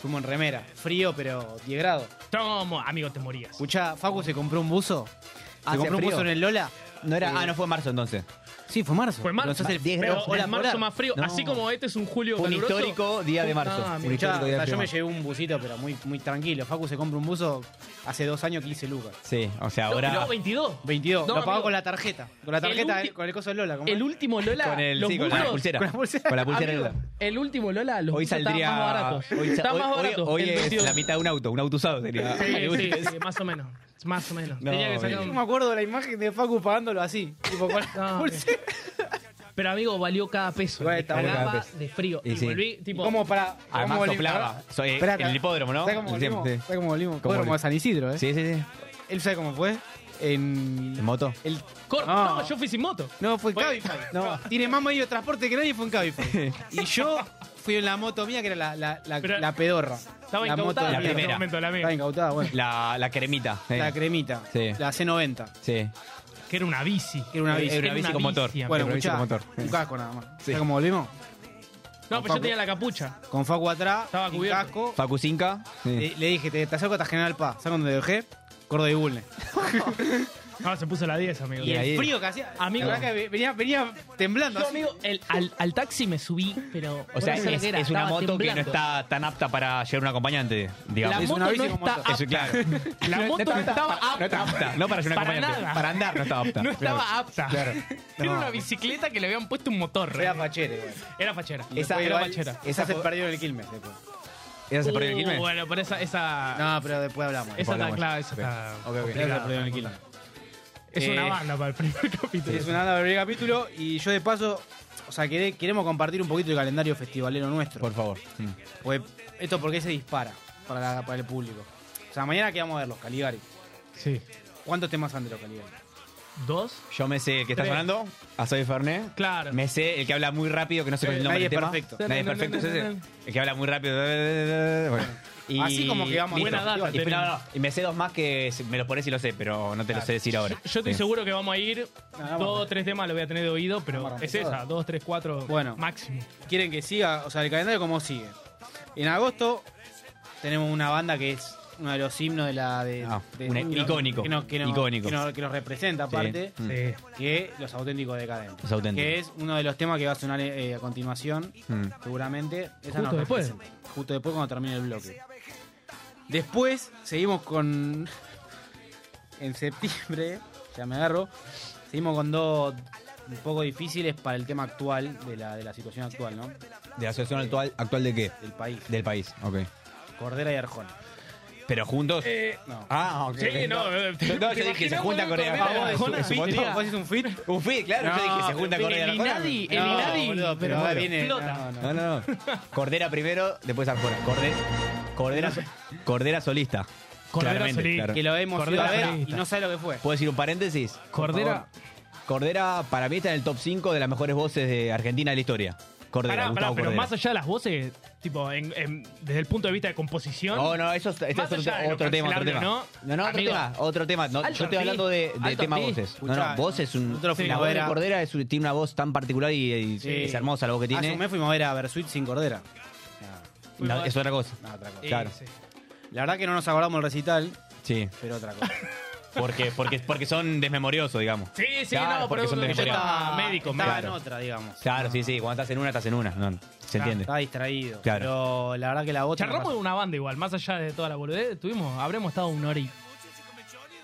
[SPEAKER 3] Fuimos en remera. Frío, pero 10 grados.
[SPEAKER 4] vi. Toma, amigo, te morías.
[SPEAKER 3] Escuchá, Facu se compró un buzo. Se
[SPEAKER 5] ¿Hace
[SPEAKER 3] compró un
[SPEAKER 5] frío?
[SPEAKER 3] buzo en el Lola.
[SPEAKER 5] no
[SPEAKER 3] eh,
[SPEAKER 5] era, ah, no fue en marzo entonces.
[SPEAKER 3] Sí, fue marzo.
[SPEAKER 4] Fue marzo,
[SPEAKER 3] Nos hace el-
[SPEAKER 5] Diez
[SPEAKER 4] pero
[SPEAKER 5] grados,
[SPEAKER 3] ola
[SPEAKER 4] el marzo
[SPEAKER 3] polar.
[SPEAKER 4] más frío.
[SPEAKER 5] No.
[SPEAKER 4] Así como este es un julio
[SPEAKER 5] Un
[SPEAKER 4] caluroso.
[SPEAKER 5] histórico día de marzo.
[SPEAKER 4] Ah,
[SPEAKER 5] Un
[SPEAKER 3] Escuchá,
[SPEAKER 4] mira.
[SPEAKER 5] histórico
[SPEAKER 3] o
[SPEAKER 5] día de
[SPEAKER 3] sea, yo me
[SPEAKER 5] marzo.
[SPEAKER 3] llevé un busito, pero muy, muy tranquilo. Facu se compra un buzo hace dos años 15 lucas.
[SPEAKER 5] Sí, o sea,
[SPEAKER 4] No,
[SPEAKER 5] ahora.
[SPEAKER 4] no, 22.
[SPEAKER 3] 22.
[SPEAKER 4] No,
[SPEAKER 3] lo pagó
[SPEAKER 4] amigo.
[SPEAKER 3] con la tarjeta. Con la
[SPEAKER 4] El
[SPEAKER 3] tarjeta,
[SPEAKER 4] ulti-
[SPEAKER 3] eh, con el coso de Lola. ¿cómo
[SPEAKER 4] El
[SPEAKER 3] es?
[SPEAKER 4] último Lola.
[SPEAKER 5] con, el,
[SPEAKER 4] los
[SPEAKER 5] sí, con la
[SPEAKER 4] buzos-
[SPEAKER 5] pulsera.
[SPEAKER 3] Con la pulsera.
[SPEAKER 5] pulsera.
[SPEAKER 4] Amigo, el último Lola, los
[SPEAKER 5] Hoy
[SPEAKER 4] buzos están más
[SPEAKER 5] saldría.
[SPEAKER 4] baratos.
[SPEAKER 5] Hoy,
[SPEAKER 4] Está
[SPEAKER 5] hoy-
[SPEAKER 4] más
[SPEAKER 5] hoy-
[SPEAKER 4] barato.
[SPEAKER 5] hoy
[SPEAKER 4] el
[SPEAKER 5] es
[SPEAKER 4] 22.
[SPEAKER 5] la mitad de un auto, un auto usado sería.
[SPEAKER 4] Sí, sí, sí, más o menos. Más o menos.
[SPEAKER 5] No,
[SPEAKER 4] Tenía que sacar
[SPEAKER 5] amigo.
[SPEAKER 3] Yo
[SPEAKER 4] un-
[SPEAKER 3] me acuerdo de la imagen de Facu pagándolo así. Tipo, con la
[SPEAKER 4] No,
[SPEAKER 3] pulsera.
[SPEAKER 4] Pero amigo, valió cada peso.
[SPEAKER 3] Igual
[SPEAKER 4] Me
[SPEAKER 3] está bueno.
[SPEAKER 4] cagaba
[SPEAKER 5] Cada peso.
[SPEAKER 4] de frío.
[SPEAKER 5] Y
[SPEAKER 4] Y
[SPEAKER 5] sí.
[SPEAKER 4] volví,
[SPEAKER 3] Y
[SPEAKER 4] tipo.
[SPEAKER 3] como para.
[SPEAKER 5] Ah, Además
[SPEAKER 3] cómo
[SPEAKER 5] soplaba.
[SPEAKER 3] para-
[SPEAKER 5] Soy- eh,
[SPEAKER 3] Esperá,
[SPEAKER 5] el hipódromo, ¿no?
[SPEAKER 3] ¿Sabes cómo
[SPEAKER 5] Sí,
[SPEAKER 3] volvimos?
[SPEAKER 5] sí.
[SPEAKER 3] ¿Sabes cómo volvimos? Hipódromo
[SPEAKER 5] ¿Cómo
[SPEAKER 3] de
[SPEAKER 5] volvimos?
[SPEAKER 3] San Isidro, ¿eh?
[SPEAKER 5] Sí, sí, sí.
[SPEAKER 3] ¿Él sabe cómo fue? En.
[SPEAKER 5] ¿En moto?
[SPEAKER 3] El...
[SPEAKER 4] Cor-
[SPEAKER 3] No.
[SPEAKER 4] no. yo fui sin moto.
[SPEAKER 3] No, fue en
[SPEAKER 4] Fue-
[SPEAKER 3] Cabify. No. Tiene más medio de transporte que nadie fue en Cabify. y yo fui en la moto mía, que era la, la, la,
[SPEAKER 4] Pero-
[SPEAKER 3] la pedorra.
[SPEAKER 4] Estaba
[SPEAKER 3] la moto
[SPEAKER 4] incautada
[SPEAKER 3] de
[SPEAKER 5] la
[SPEAKER 4] en ese
[SPEAKER 5] primera.
[SPEAKER 4] momento la mía.
[SPEAKER 3] Estaba incautada, bueno.
[SPEAKER 5] La, la cremita. eh.
[SPEAKER 3] La cremita.
[SPEAKER 5] Sí.
[SPEAKER 3] La C90.
[SPEAKER 5] Sí.
[SPEAKER 4] Que era una bici.
[SPEAKER 3] Que era una bici.
[SPEAKER 5] Era una bici con motor.
[SPEAKER 4] bici, amigo.
[SPEAKER 3] Bueno,
[SPEAKER 5] Pero
[SPEAKER 3] escuchá,
[SPEAKER 5] hizo motor.
[SPEAKER 3] un casco nada más.
[SPEAKER 5] Sí.
[SPEAKER 3] ¿Sabes cómo volvimos?
[SPEAKER 4] No, pero yo tenía la capucha.
[SPEAKER 3] Con Facu atrás,
[SPEAKER 4] Estaba
[SPEAKER 3] sin
[SPEAKER 4] cubierto.
[SPEAKER 3] casco.
[SPEAKER 5] Facu Cinca. Sí.
[SPEAKER 3] Le, le dije, te, te acerco hasta General Paz. ¿Sabes dónde te dejé? Gordo de Bulne.
[SPEAKER 4] No, se puso la 10, amigo.
[SPEAKER 3] Y
[SPEAKER 5] ahí-
[SPEAKER 3] el frío que hacía.
[SPEAKER 4] Amigo.
[SPEAKER 3] la verdad que venía, venía temblando.
[SPEAKER 4] Yo,
[SPEAKER 3] así.
[SPEAKER 4] amigo, el- al, al taxi me subí, pero.
[SPEAKER 5] O sea,
[SPEAKER 4] no sé lo
[SPEAKER 5] es,
[SPEAKER 4] que era,
[SPEAKER 5] es una
[SPEAKER 4] estaba
[SPEAKER 5] moto que no
[SPEAKER 4] temblando.
[SPEAKER 5] está tan apta para llevar un acompañante,
[SPEAKER 4] La
[SPEAKER 5] digamos.
[SPEAKER 3] Es
[SPEAKER 4] moto
[SPEAKER 3] una bici
[SPEAKER 4] no
[SPEAKER 3] con
[SPEAKER 4] está
[SPEAKER 3] motor.
[SPEAKER 5] Eso,
[SPEAKER 4] apta.
[SPEAKER 5] claro.
[SPEAKER 4] La moto no estaba
[SPEAKER 5] No
[SPEAKER 4] apta.
[SPEAKER 5] está apta. No para llevar un
[SPEAKER 4] Para
[SPEAKER 5] acompañante.
[SPEAKER 4] nada.
[SPEAKER 5] Para andar no estaba apta.
[SPEAKER 4] No estaba
[SPEAKER 5] Claro.
[SPEAKER 4] apta. Era
[SPEAKER 5] No.
[SPEAKER 4] una bicicleta que le habían puesto un motor.
[SPEAKER 3] Era Pachere, güey.
[SPEAKER 4] Era fachera.
[SPEAKER 3] Esa
[SPEAKER 4] era
[SPEAKER 3] igual-
[SPEAKER 4] fachera.
[SPEAKER 3] Esa se perdió en el Quilmes después.
[SPEAKER 5] ¿Esa se perdió el
[SPEAKER 4] Uh,
[SPEAKER 5] Quilmes?
[SPEAKER 4] Bueno, pero esa. esa
[SPEAKER 3] No, pero después hablamos.
[SPEAKER 4] Esa está
[SPEAKER 5] hablamos.
[SPEAKER 4] clara, esa está.
[SPEAKER 5] Ok, ok.
[SPEAKER 3] Esa se
[SPEAKER 4] complicada.
[SPEAKER 3] perdió en el Quilmes.
[SPEAKER 4] Es una
[SPEAKER 3] Eh,
[SPEAKER 4] banda para el primer capítulo.
[SPEAKER 3] Es una banda del primer capítulo y yo de paso, o sea, queré- queremos compartir un poquito el calendario festivalero nuestro.
[SPEAKER 5] Por favor. Mm.
[SPEAKER 3] Porque esto porque se dispara para, la- para el público. O sea, mañana que vamos a ver los Caligari.
[SPEAKER 4] Sí.
[SPEAKER 3] ¿Cuántos temas han de los Caligari?
[SPEAKER 4] ¿Dos?
[SPEAKER 5] Yo me sé el que está
[SPEAKER 4] Tres.
[SPEAKER 5] sonando, Azoy Fernet.
[SPEAKER 4] Claro.
[SPEAKER 5] Me sé el que habla muy rápido, que no sé con el
[SPEAKER 3] Eh,
[SPEAKER 5] nombre
[SPEAKER 3] nadie
[SPEAKER 5] del
[SPEAKER 3] es
[SPEAKER 5] tema.
[SPEAKER 3] perfecto.
[SPEAKER 5] Nadie es
[SPEAKER 4] No, no,
[SPEAKER 5] perfecto.
[SPEAKER 4] no, no,
[SPEAKER 5] ese.
[SPEAKER 4] no.
[SPEAKER 5] El que habla muy rápido. Bueno. Y-
[SPEAKER 3] Así como que vamos a
[SPEAKER 5] Listo.
[SPEAKER 4] Buena data,
[SPEAKER 5] Y,
[SPEAKER 4] tenés.
[SPEAKER 5] no, no, y me sé dos más que se- me los pones y lo sé, pero no te lo sé decir ahora.
[SPEAKER 4] Yo estoy
[SPEAKER 5] Sí.
[SPEAKER 4] seguro que vamos a ir.
[SPEAKER 3] No, Ah, vamos a
[SPEAKER 4] dos
[SPEAKER 3] ver.
[SPEAKER 4] o tres temas lo voy a tener de oído, pero
[SPEAKER 3] Vamos a
[SPEAKER 4] es
[SPEAKER 3] romper
[SPEAKER 4] esa.
[SPEAKER 3] todo.
[SPEAKER 4] Dos, tres, cuatro.
[SPEAKER 3] Bueno.
[SPEAKER 4] Máximo.
[SPEAKER 3] ¿Quieren que siga? O sea, el calendario como sigue. En agosto tenemos una banda que es uno de los himnos de la. De,
[SPEAKER 5] Ah,
[SPEAKER 3] de-
[SPEAKER 5] un
[SPEAKER 3] que no-
[SPEAKER 5] icónico,
[SPEAKER 3] Que, no- que no-
[SPEAKER 5] icónico.
[SPEAKER 3] Que, no- que nos representa,
[SPEAKER 5] Sí.
[SPEAKER 3] aparte,
[SPEAKER 5] Mm.
[SPEAKER 4] Sí.
[SPEAKER 3] que Los Auténticos Decadentes.
[SPEAKER 5] Los Auténticos.
[SPEAKER 3] Que es uno de los temas que va a sonar eh, a continuación,
[SPEAKER 5] Mm.
[SPEAKER 3] seguramente. Esa
[SPEAKER 4] Justo
[SPEAKER 3] nos
[SPEAKER 4] después.
[SPEAKER 3] representa. Justo después, cuando termine el bloque. Después, seguimos con. En septiembre, ya me agarro. Seguimos con dos un poco difíciles para el tema actual, de la, de la situación actual, ¿no?
[SPEAKER 5] ¿De la situación actual, actual de qué?
[SPEAKER 3] Del país.
[SPEAKER 5] Del país, ok.
[SPEAKER 3] Cordera y Arjona.
[SPEAKER 5] Pero juntos.
[SPEAKER 3] No.
[SPEAKER 5] Ah, ok.
[SPEAKER 4] Eh, Sí, no, eh, te-
[SPEAKER 5] Yo- no,
[SPEAKER 4] ¿te
[SPEAKER 5] yo dije, se
[SPEAKER 4] imaginas,
[SPEAKER 5] junta
[SPEAKER 4] boludo,
[SPEAKER 5] Correa
[SPEAKER 4] Correa
[SPEAKER 5] Arjona.
[SPEAKER 4] Arjona?
[SPEAKER 5] Es un- es un
[SPEAKER 4] Viste,
[SPEAKER 5] montón.
[SPEAKER 3] ¿Vos hiciste un fit?
[SPEAKER 5] Un fit, claro. yo
[SPEAKER 3] No,
[SPEAKER 5] dije, se junta
[SPEAKER 4] pero
[SPEAKER 5] Cordera
[SPEAKER 4] el
[SPEAKER 5] Arjona.
[SPEAKER 4] Inadi- el
[SPEAKER 3] No,
[SPEAKER 4] Inadi,
[SPEAKER 3] boludo, pero
[SPEAKER 4] pero
[SPEAKER 3] ahora
[SPEAKER 4] bueno,
[SPEAKER 3] viene.
[SPEAKER 4] flota.
[SPEAKER 3] no, no.
[SPEAKER 5] No, no, no. Cordera primero, después Arjona. Cordera, Cordera, Cordera solista.
[SPEAKER 4] Cordera
[SPEAKER 5] Claramente,
[SPEAKER 4] solista.
[SPEAKER 5] claro.
[SPEAKER 3] Que lo hemos ido
[SPEAKER 4] Cordera
[SPEAKER 3] a ver y
[SPEAKER 4] solista.
[SPEAKER 3] no sabe lo que fue.
[SPEAKER 5] ¿Puedo decir un paréntesis? Por
[SPEAKER 4] Cordera-
[SPEAKER 5] favor. Cordera para mí está en el top 5 de las mejores voces de Argentina de la historia. Cordera,
[SPEAKER 4] Pará, pará,
[SPEAKER 5] Gustavo
[SPEAKER 4] pero
[SPEAKER 5] Cordera.
[SPEAKER 4] más allá de las voces, tipo, en- en- desde el punto de vista de composición.
[SPEAKER 5] No, no, eso es, este
[SPEAKER 4] Más
[SPEAKER 5] es otro,
[SPEAKER 4] allá de lo
[SPEAKER 5] otro tema, otro
[SPEAKER 4] cancelable,
[SPEAKER 5] tema.
[SPEAKER 4] ¿no?
[SPEAKER 5] no, no, otro
[SPEAKER 4] Amigo.
[SPEAKER 5] tema, otro tema. No,
[SPEAKER 4] Alto
[SPEAKER 5] yo estoy
[SPEAKER 4] artista.
[SPEAKER 5] hablando de, de
[SPEAKER 4] Alto
[SPEAKER 5] tema
[SPEAKER 4] artista.
[SPEAKER 5] voces. No, no,
[SPEAKER 3] Escuchá,
[SPEAKER 5] voz es un...
[SPEAKER 3] nosotros
[SPEAKER 5] la
[SPEAKER 3] fuimos
[SPEAKER 5] voz
[SPEAKER 3] a ver
[SPEAKER 5] de
[SPEAKER 3] a-
[SPEAKER 5] Cordera es un- tiene una voz tan particular y, y
[SPEAKER 3] Sí.
[SPEAKER 5] es hermosa la voz que
[SPEAKER 4] Ah,
[SPEAKER 3] Hace un
[SPEAKER 5] tiene.
[SPEAKER 3] mes fuimos a ver a Versuit sin Cordera.
[SPEAKER 4] fuimos
[SPEAKER 5] No,
[SPEAKER 4] a-
[SPEAKER 5] es otra cosa.
[SPEAKER 3] No, otra cosa.
[SPEAKER 4] Sí,
[SPEAKER 5] claro.
[SPEAKER 4] sí.
[SPEAKER 3] La verdad que no nos acordamos el recital,
[SPEAKER 5] Sí.
[SPEAKER 3] pero otra cosa.
[SPEAKER 5] Porque, porque, porque son desmemoriosos, digamos.
[SPEAKER 4] Sí, sí,
[SPEAKER 5] Claro,
[SPEAKER 4] no,
[SPEAKER 5] porque
[SPEAKER 4] pero
[SPEAKER 5] son
[SPEAKER 4] yo
[SPEAKER 5] de memoria.
[SPEAKER 4] estaba médico,
[SPEAKER 3] Estaba
[SPEAKER 4] médico.
[SPEAKER 3] en otra, digamos.
[SPEAKER 5] Claro, sí, sí. Cuando estás en una, estás en una. No, no, se entiende.
[SPEAKER 3] Estaba distraído.
[SPEAKER 5] Claro.
[SPEAKER 3] Pero la verdad que la voz.
[SPEAKER 4] Charlamos de una banda igual, más allá de toda la boludez, tuvimos, habremos estado una hora y.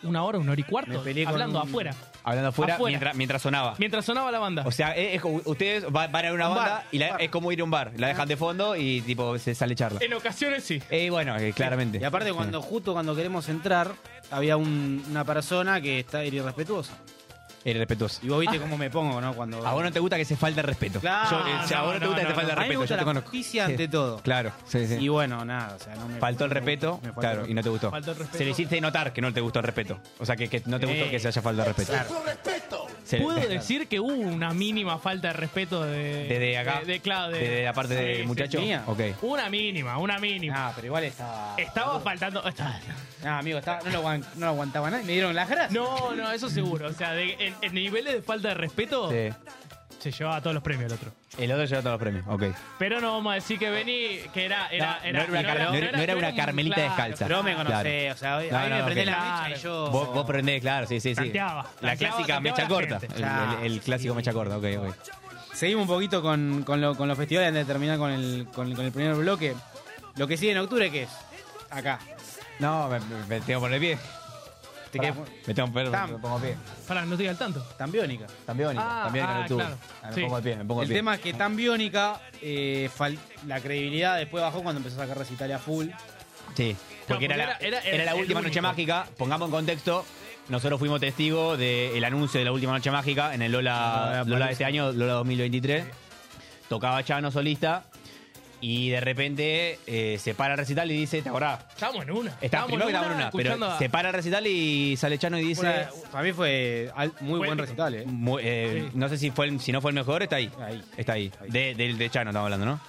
[SPEAKER 4] Una hora, una hora y
[SPEAKER 3] Me
[SPEAKER 4] cuarto,
[SPEAKER 3] peleé con
[SPEAKER 4] hablando
[SPEAKER 3] un-
[SPEAKER 4] afuera.
[SPEAKER 5] Hablando afuera,
[SPEAKER 4] Afuera.
[SPEAKER 5] Mientras, mientras sonaba.
[SPEAKER 4] Mientras sonaba la banda.
[SPEAKER 5] O sea, es- es como- ustedes va- van a ir a una
[SPEAKER 3] Un
[SPEAKER 5] banda
[SPEAKER 3] bar,
[SPEAKER 5] y la-
[SPEAKER 3] un bar.
[SPEAKER 5] es como ir a un bar. La dejan de fondo y tipo se sale charla.
[SPEAKER 4] en ocasiones sí.
[SPEAKER 5] Eh, bueno, eh, claramente.
[SPEAKER 3] Y aparte, cuando justo cuando queremos entrar, había un- una persona que está era irrespetuosa.
[SPEAKER 5] Eh, respetuoso.
[SPEAKER 3] Y vos viste cómo me pongo, ¿no? Cuando.
[SPEAKER 5] A vos no te gusta que se falte el respeto.
[SPEAKER 3] Claro,
[SPEAKER 5] Yo, eh, si a vos
[SPEAKER 4] no,
[SPEAKER 5] no,
[SPEAKER 4] no,
[SPEAKER 5] te gusta que se falte
[SPEAKER 3] A
[SPEAKER 5] el
[SPEAKER 3] mí me
[SPEAKER 5] respeto,
[SPEAKER 3] gusta
[SPEAKER 5] yo te
[SPEAKER 3] la
[SPEAKER 5] conozco.
[SPEAKER 3] justicia
[SPEAKER 5] Sí.
[SPEAKER 3] ante todo.
[SPEAKER 5] Claro, sí, sí.
[SPEAKER 3] Y bueno, nada, o sea, no me.
[SPEAKER 5] Faltó el respeto,
[SPEAKER 3] me faltó
[SPEAKER 5] claro,
[SPEAKER 3] el
[SPEAKER 5] y no te gustó.
[SPEAKER 4] Faltó el respeto.
[SPEAKER 5] Se le hiciste notar que no te gustó el respeto. O sea, que, que no te
[SPEAKER 3] Sí.
[SPEAKER 5] gustó que se haya faltado el respeto. Se-
[SPEAKER 4] Puedo decir que hubo una mínima falta de respeto de.
[SPEAKER 5] Desde acá.
[SPEAKER 4] De, de- claro, de-
[SPEAKER 5] Desde la parte
[SPEAKER 4] sí,
[SPEAKER 5] de
[SPEAKER 4] sí.
[SPEAKER 5] muchacho.
[SPEAKER 3] mía.
[SPEAKER 5] Ok.
[SPEAKER 4] Una mínima, una mínima.
[SPEAKER 3] Ah, pero igual estaba.
[SPEAKER 5] Eh.
[SPEAKER 4] Estaba faltando. está-
[SPEAKER 3] Ah, amigo, estaba, no, lo aguan- no lo aguantaba nadie. Me dieron las gracias.
[SPEAKER 4] No, no, eso seguro. O sea, de- en, en niveles de falta de respeto
[SPEAKER 5] Sí.
[SPEAKER 4] se llevaba todos los premios el otro.
[SPEAKER 5] El otro lleva todos los premios. Ok.
[SPEAKER 4] Pero no vamos a decir que Beni, que era, era,
[SPEAKER 5] No, no era una Car- no era- no era una
[SPEAKER 4] un-
[SPEAKER 5] Carmelita
[SPEAKER 4] claro,
[SPEAKER 5] descalza.
[SPEAKER 3] Pero vos me conocés,
[SPEAKER 5] Claro.
[SPEAKER 3] o sea, hoy-
[SPEAKER 5] No,
[SPEAKER 3] ahí
[SPEAKER 5] no,
[SPEAKER 3] me
[SPEAKER 5] no,
[SPEAKER 3] prendés
[SPEAKER 4] claro.
[SPEAKER 3] la mecha y yo.
[SPEAKER 5] Vos, vos prendés, claro, sí, sí, sí.
[SPEAKER 4] Tanteaba,
[SPEAKER 5] la
[SPEAKER 4] tanteaba,
[SPEAKER 5] clásica
[SPEAKER 4] tanteaba
[SPEAKER 5] mecha
[SPEAKER 4] la
[SPEAKER 5] corta.
[SPEAKER 4] gente.
[SPEAKER 5] El, el- el clásico mecha corta, ok, ok.
[SPEAKER 3] Seguimos un poquito con, con, lo- con los festivales antes de terminar con el, con, con el primer bloque. Lo que sigue en octubre, ¿qué es? Acá.
[SPEAKER 5] No, me, me- me tengo que poner pie.
[SPEAKER 3] Te quedé-
[SPEAKER 5] Me tengo que poner,
[SPEAKER 3] Tam.
[SPEAKER 5] me pongo pie.
[SPEAKER 4] Pará, no estoy al tanto.
[SPEAKER 3] tan biónica.
[SPEAKER 5] También,
[SPEAKER 4] Ah,
[SPEAKER 5] también
[SPEAKER 4] ah,
[SPEAKER 5] en octubre.
[SPEAKER 4] claro.
[SPEAKER 5] Ah, me
[SPEAKER 4] Sí.
[SPEAKER 5] pongo al pie, me pongo al
[SPEAKER 3] El
[SPEAKER 5] pie.
[SPEAKER 3] tema es que tan biónica, eh, fal- la credibilidad después bajó cuando empezó a sacar recitales a full.
[SPEAKER 5] Sí, porque,
[SPEAKER 4] No, porque
[SPEAKER 5] era, la,
[SPEAKER 4] era- era-
[SPEAKER 5] era la
[SPEAKER 4] el
[SPEAKER 5] última
[SPEAKER 4] único.
[SPEAKER 5] noche mágica. Pongamos en contexto, nosotros fuimos testigos del anuncio de la última noche mágica en el Lola, Lola de este año, Lola 2023. Tocaba Chano solista y de repente eh, se para el recital y dice, ¿te acordás?
[SPEAKER 4] Estábamos en una.
[SPEAKER 5] Está primero que estaba en una, pero
[SPEAKER 4] escuchando a-
[SPEAKER 5] se para el recital y sale Chano y dice,
[SPEAKER 3] Una- para mí fue al- muy
[SPEAKER 4] Fue
[SPEAKER 3] buen
[SPEAKER 4] épico.
[SPEAKER 3] recital, ¿eh?
[SPEAKER 5] mu- eh, no sé si fue el- si no fue el mejor, está ahí.
[SPEAKER 3] Ahí.
[SPEAKER 5] Está ahí.
[SPEAKER 3] Ahí.
[SPEAKER 5] De, del de Chano estamos hablando, ¿no?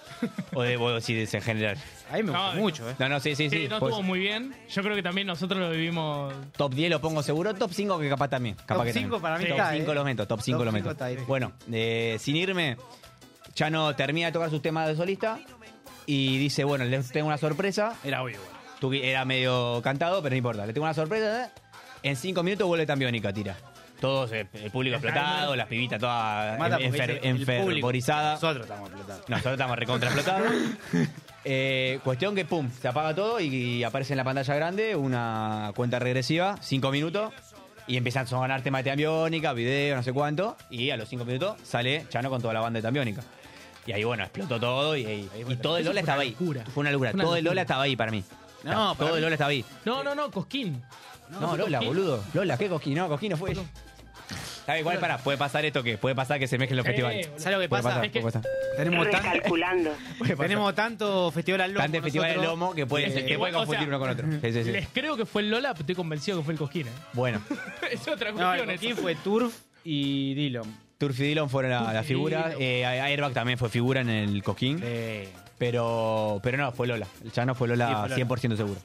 [SPEAKER 5] o de vos sí, de en general.
[SPEAKER 3] Ahí me
[SPEAKER 4] No,
[SPEAKER 3] gustó
[SPEAKER 4] eh.
[SPEAKER 3] mucho, ¿eh?
[SPEAKER 5] No, no, sí, sí, sí.
[SPEAKER 4] Sí, no
[SPEAKER 5] Pues,
[SPEAKER 4] estuvo muy bien. Yo creo que también nosotros lo vivimos.
[SPEAKER 5] Top 10 lo pongo seguro, top 5 que capaz también. Capaz
[SPEAKER 3] Top
[SPEAKER 5] que
[SPEAKER 3] cinco
[SPEAKER 5] también.
[SPEAKER 3] para mí
[SPEAKER 5] Top
[SPEAKER 3] está,
[SPEAKER 5] 5
[SPEAKER 3] eh.
[SPEAKER 5] lo meto, top 5
[SPEAKER 3] Top
[SPEAKER 5] lo
[SPEAKER 3] cinco
[SPEAKER 5] meto.
[SPEAKER 3] está ahí.
[SPEAKER 5] Bueno, eh, sin irme, Chano termina de tocar sus temas de solista y dice, bueno, les tengo una sorpresa.
[SPEAKER 4] Era obvio, güey.
[SPEAKER 5] Tuvi- Era medio cantado, pero no importa. Le tengo una sorpresa. ¿eh? En 5 minutos vuelve Tambiónica, tira. Todos, eh, el público explotado, las pibitas todas
[SPEAKER 3] Mata porque
[SPEAKER 5] enfer-
[SPEAKER 3] dice, el
[SPEAKER 5] enfervorizadas.
[SPEAKER 3] público. Nosotros estamos explotando.
[SPEAKER 5] Nosotros estamos recontraexplotados. Eh, cuestión que, pum, se apaga todo y, y aparece en la pantalla grande una cuenta regresiva, cinco minutos, y empiezan a sonar temas de Tambiónica, video, no sé cuánto, y a los cinco minutos sale Chano con toda la banda de Tambiónica. Y ahí, bueno, explotó todo y, y- y todo el
[SPEAKER 4] Eso fue
[SPEAKER 5] Lola estaba
[SPEAKER 4] una
[SPEAKER 5] ahí.
[SPEAKER 4] locura.
[SPEAKER 5] Fue una locura.
[SPEAKER 4] Fue una
[SPEAKER 5] todo el
[SPEAKER 4] locura.
[SPEAKER 5] Lola estaba ahí para mí.
[SPEAKER 3] No, para
[SPEAKER 5] todo
[SPEAKER 3] mí-
[SPEAKER 5] el Lola estaba ahí.
[SPEAKER 4] No, no, no, Cosquín.
[SPEAKER 5] No,
[SPEAKER 4] fue
[SPEAKER 5] Lola,
[SPEAKER 4] Cosquín.
[SPEAKER 5] boludo. Lola, ¿qué Cosquín? No, Cosquín no fue. ella. Está bien, igual, para, puede pasar esto que puede pasar que se mezclen los
[SPEAKER 4] Sí,
[SPEAKER 5] festivales.
[SPEAKER 4] Eh, boludo.
[SPEAKER 3] ¿Sabes lo que
[SPEAKER 5] Puede
[SPEAKER 3] pasa?
[SPEAKER 5] pasar,
[SPEAKER 4] Es que-
[SPEAKER 5] puede pasar.
[SPEAKER 3] Tenemos, tan-
[SPEAKER 7] Recalculando.
[SPEAKER 3] tenemos tanto festival al lomo.
[SPEAKER 5] Tanto el festival del
[SPEAKER 3] nosotros.
[SPEAKER 5] lomo que puede,
[SPEAKER 4] Eh,
[SPEAKER 5] que puede
[SPEAKER 4] o sea,
[SPEAKER 5] confundir uno con otro. Sí, sí, sí.
[SPEAKER 4] Les creo que fue el Lola, pero estoy convencido que fue el Cosquín. ¿eh?
[SPEAKER 5] Bueno,
[SPEAKER 4] es otra
[SPEAKER 3] No,
[SPEAKER 4] cuestión.
[SPEAKER 3] el
[SPEAKER 4] eso.
[SPEAKER 3] Coquín fue Turf y Dillon.
[SPEAKER 5] Turf y Dillon fueron la- las
[SPEAKER 4] y
[SPEAKER 5] figuras.
[SPEAKER 4] Dillon.
[SPEAKER 5] Eh, Airbag también fue figura en el Coquín.
[SPEAKER 3] Eh,
[SPEAKER 5] Pero, pero no, fue Lola. Ya no fue
[SPEAKER 3] Sí, fue
[SPEAKER 5] Lola
[SPEAKER 3] Lola.
[SPEAKER 5] 100% seguro.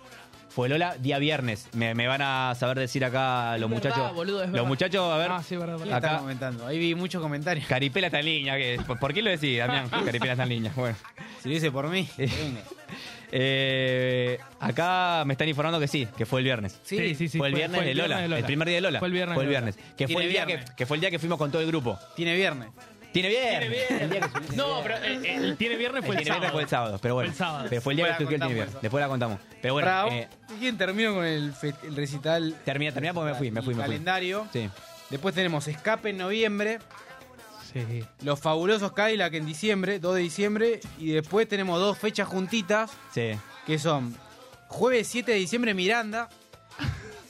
[SPEAKER 5] Fue Lola día viernes. Me, me van a saber decir acá los
[SPEAKER 4] Es verdad,
[SPEAKER 5] muchachos.
[SPEAKER 4] boludo, es
[SPEAKER 5] los
[SPEAKER 4] verdad.
[SPEAKER 5] muchachos, a ver.
[SPEAKER 4] Ah, sí, verdad,
[SPEAKER 3] ¿qué
[SPEAKER 4] verdad.
[SPEAKER 3] le están
[SPEAKER 5] Acá-
[SPEAKER 3] comentando? Ahí vi muchos comentarios.
[SPEAKER 5] Caripela está en línea. que- ¿Por, por qué lo decís, Damián? Caripela está en línea. Bueno.
[SPEAKER 3] Si lo hice por mí, venga.
[SPEAKER 5] Eh, acá me están informando que sí, que fue el viernes.
[SPEAKER 3] Sí, sí, sí,
[SPEAKER 5] Fue el
[SPEAKER 4] fue-
[SPEAKER 5] viernes,
[SPEAKER 4] fue
[SPEAKER 5] de,
[SPEAKER 4] el
[SPEAKER 5] Lola,
[SPEAKER 4] viernes de Lola.
[SPEAKER 5] El primer día de Lola.
[SPEAKER 4] Fue el viernes de Lola.
[SPEAKER 5] Que fue,
[SPEAKER 3] Tiene
[SPEAKER 5] el día que,
[SPEAKER 3] viernes.
[SPEAKER 5] que fue el día que fuimos con todo el grupo.
[SPEAKER 3] Tiene viernes.
[SPEAKER 5] Tiene bien.
[SPEAKER 4] No, pero el, el tiene viernes fue el,
[SPEAKER 5] tiene viernes
[SPEAKER 4] sábado.
[SPEAKER 5] fue el sábado, pero
[SPEAKER 4] Fue
[SPEAKER 5] bueno.
[SPEAKER 4] el sábado.
[SPEAKER 5] Pero fue el día
[SPEAKER 3] Después
[SPEAKER 5] que
[SPEAKER 3] la
[SPEAKER 5] surgió el tiene
[SPEAKER 3] contamos
[SPEAKER 5] viernes.
[SPEAKER 3] esa.
[SPEAKER 5] Después la contamos. Pero bueno,
[SPEAKER 3] Bravo.
[SPEAKER 5] eh,
[SPEAKER 3] ¿Y quién terminó con el, fe- el recital?
[SPEAKER 5] termina, termina porque me fui, me
[SPEAKER 3] Y
[SPEAKER 5] fui, me fui.
[SPEAKER 3] calendario.
[SPEAKER 5] Sí.
[SPEAKER 3] Después tenemos Escape en noviembre,
[SPEAKER 4] Sí.
[SPEAKER 3] Los Fabulosos Cadillac en diciembre, 2 de diciembre, y después tenemos dos fechas juntitas,
[SPEAKER 5] Sí.
[SPEAKER 3] que son jueves 7 de diciembre Miranda,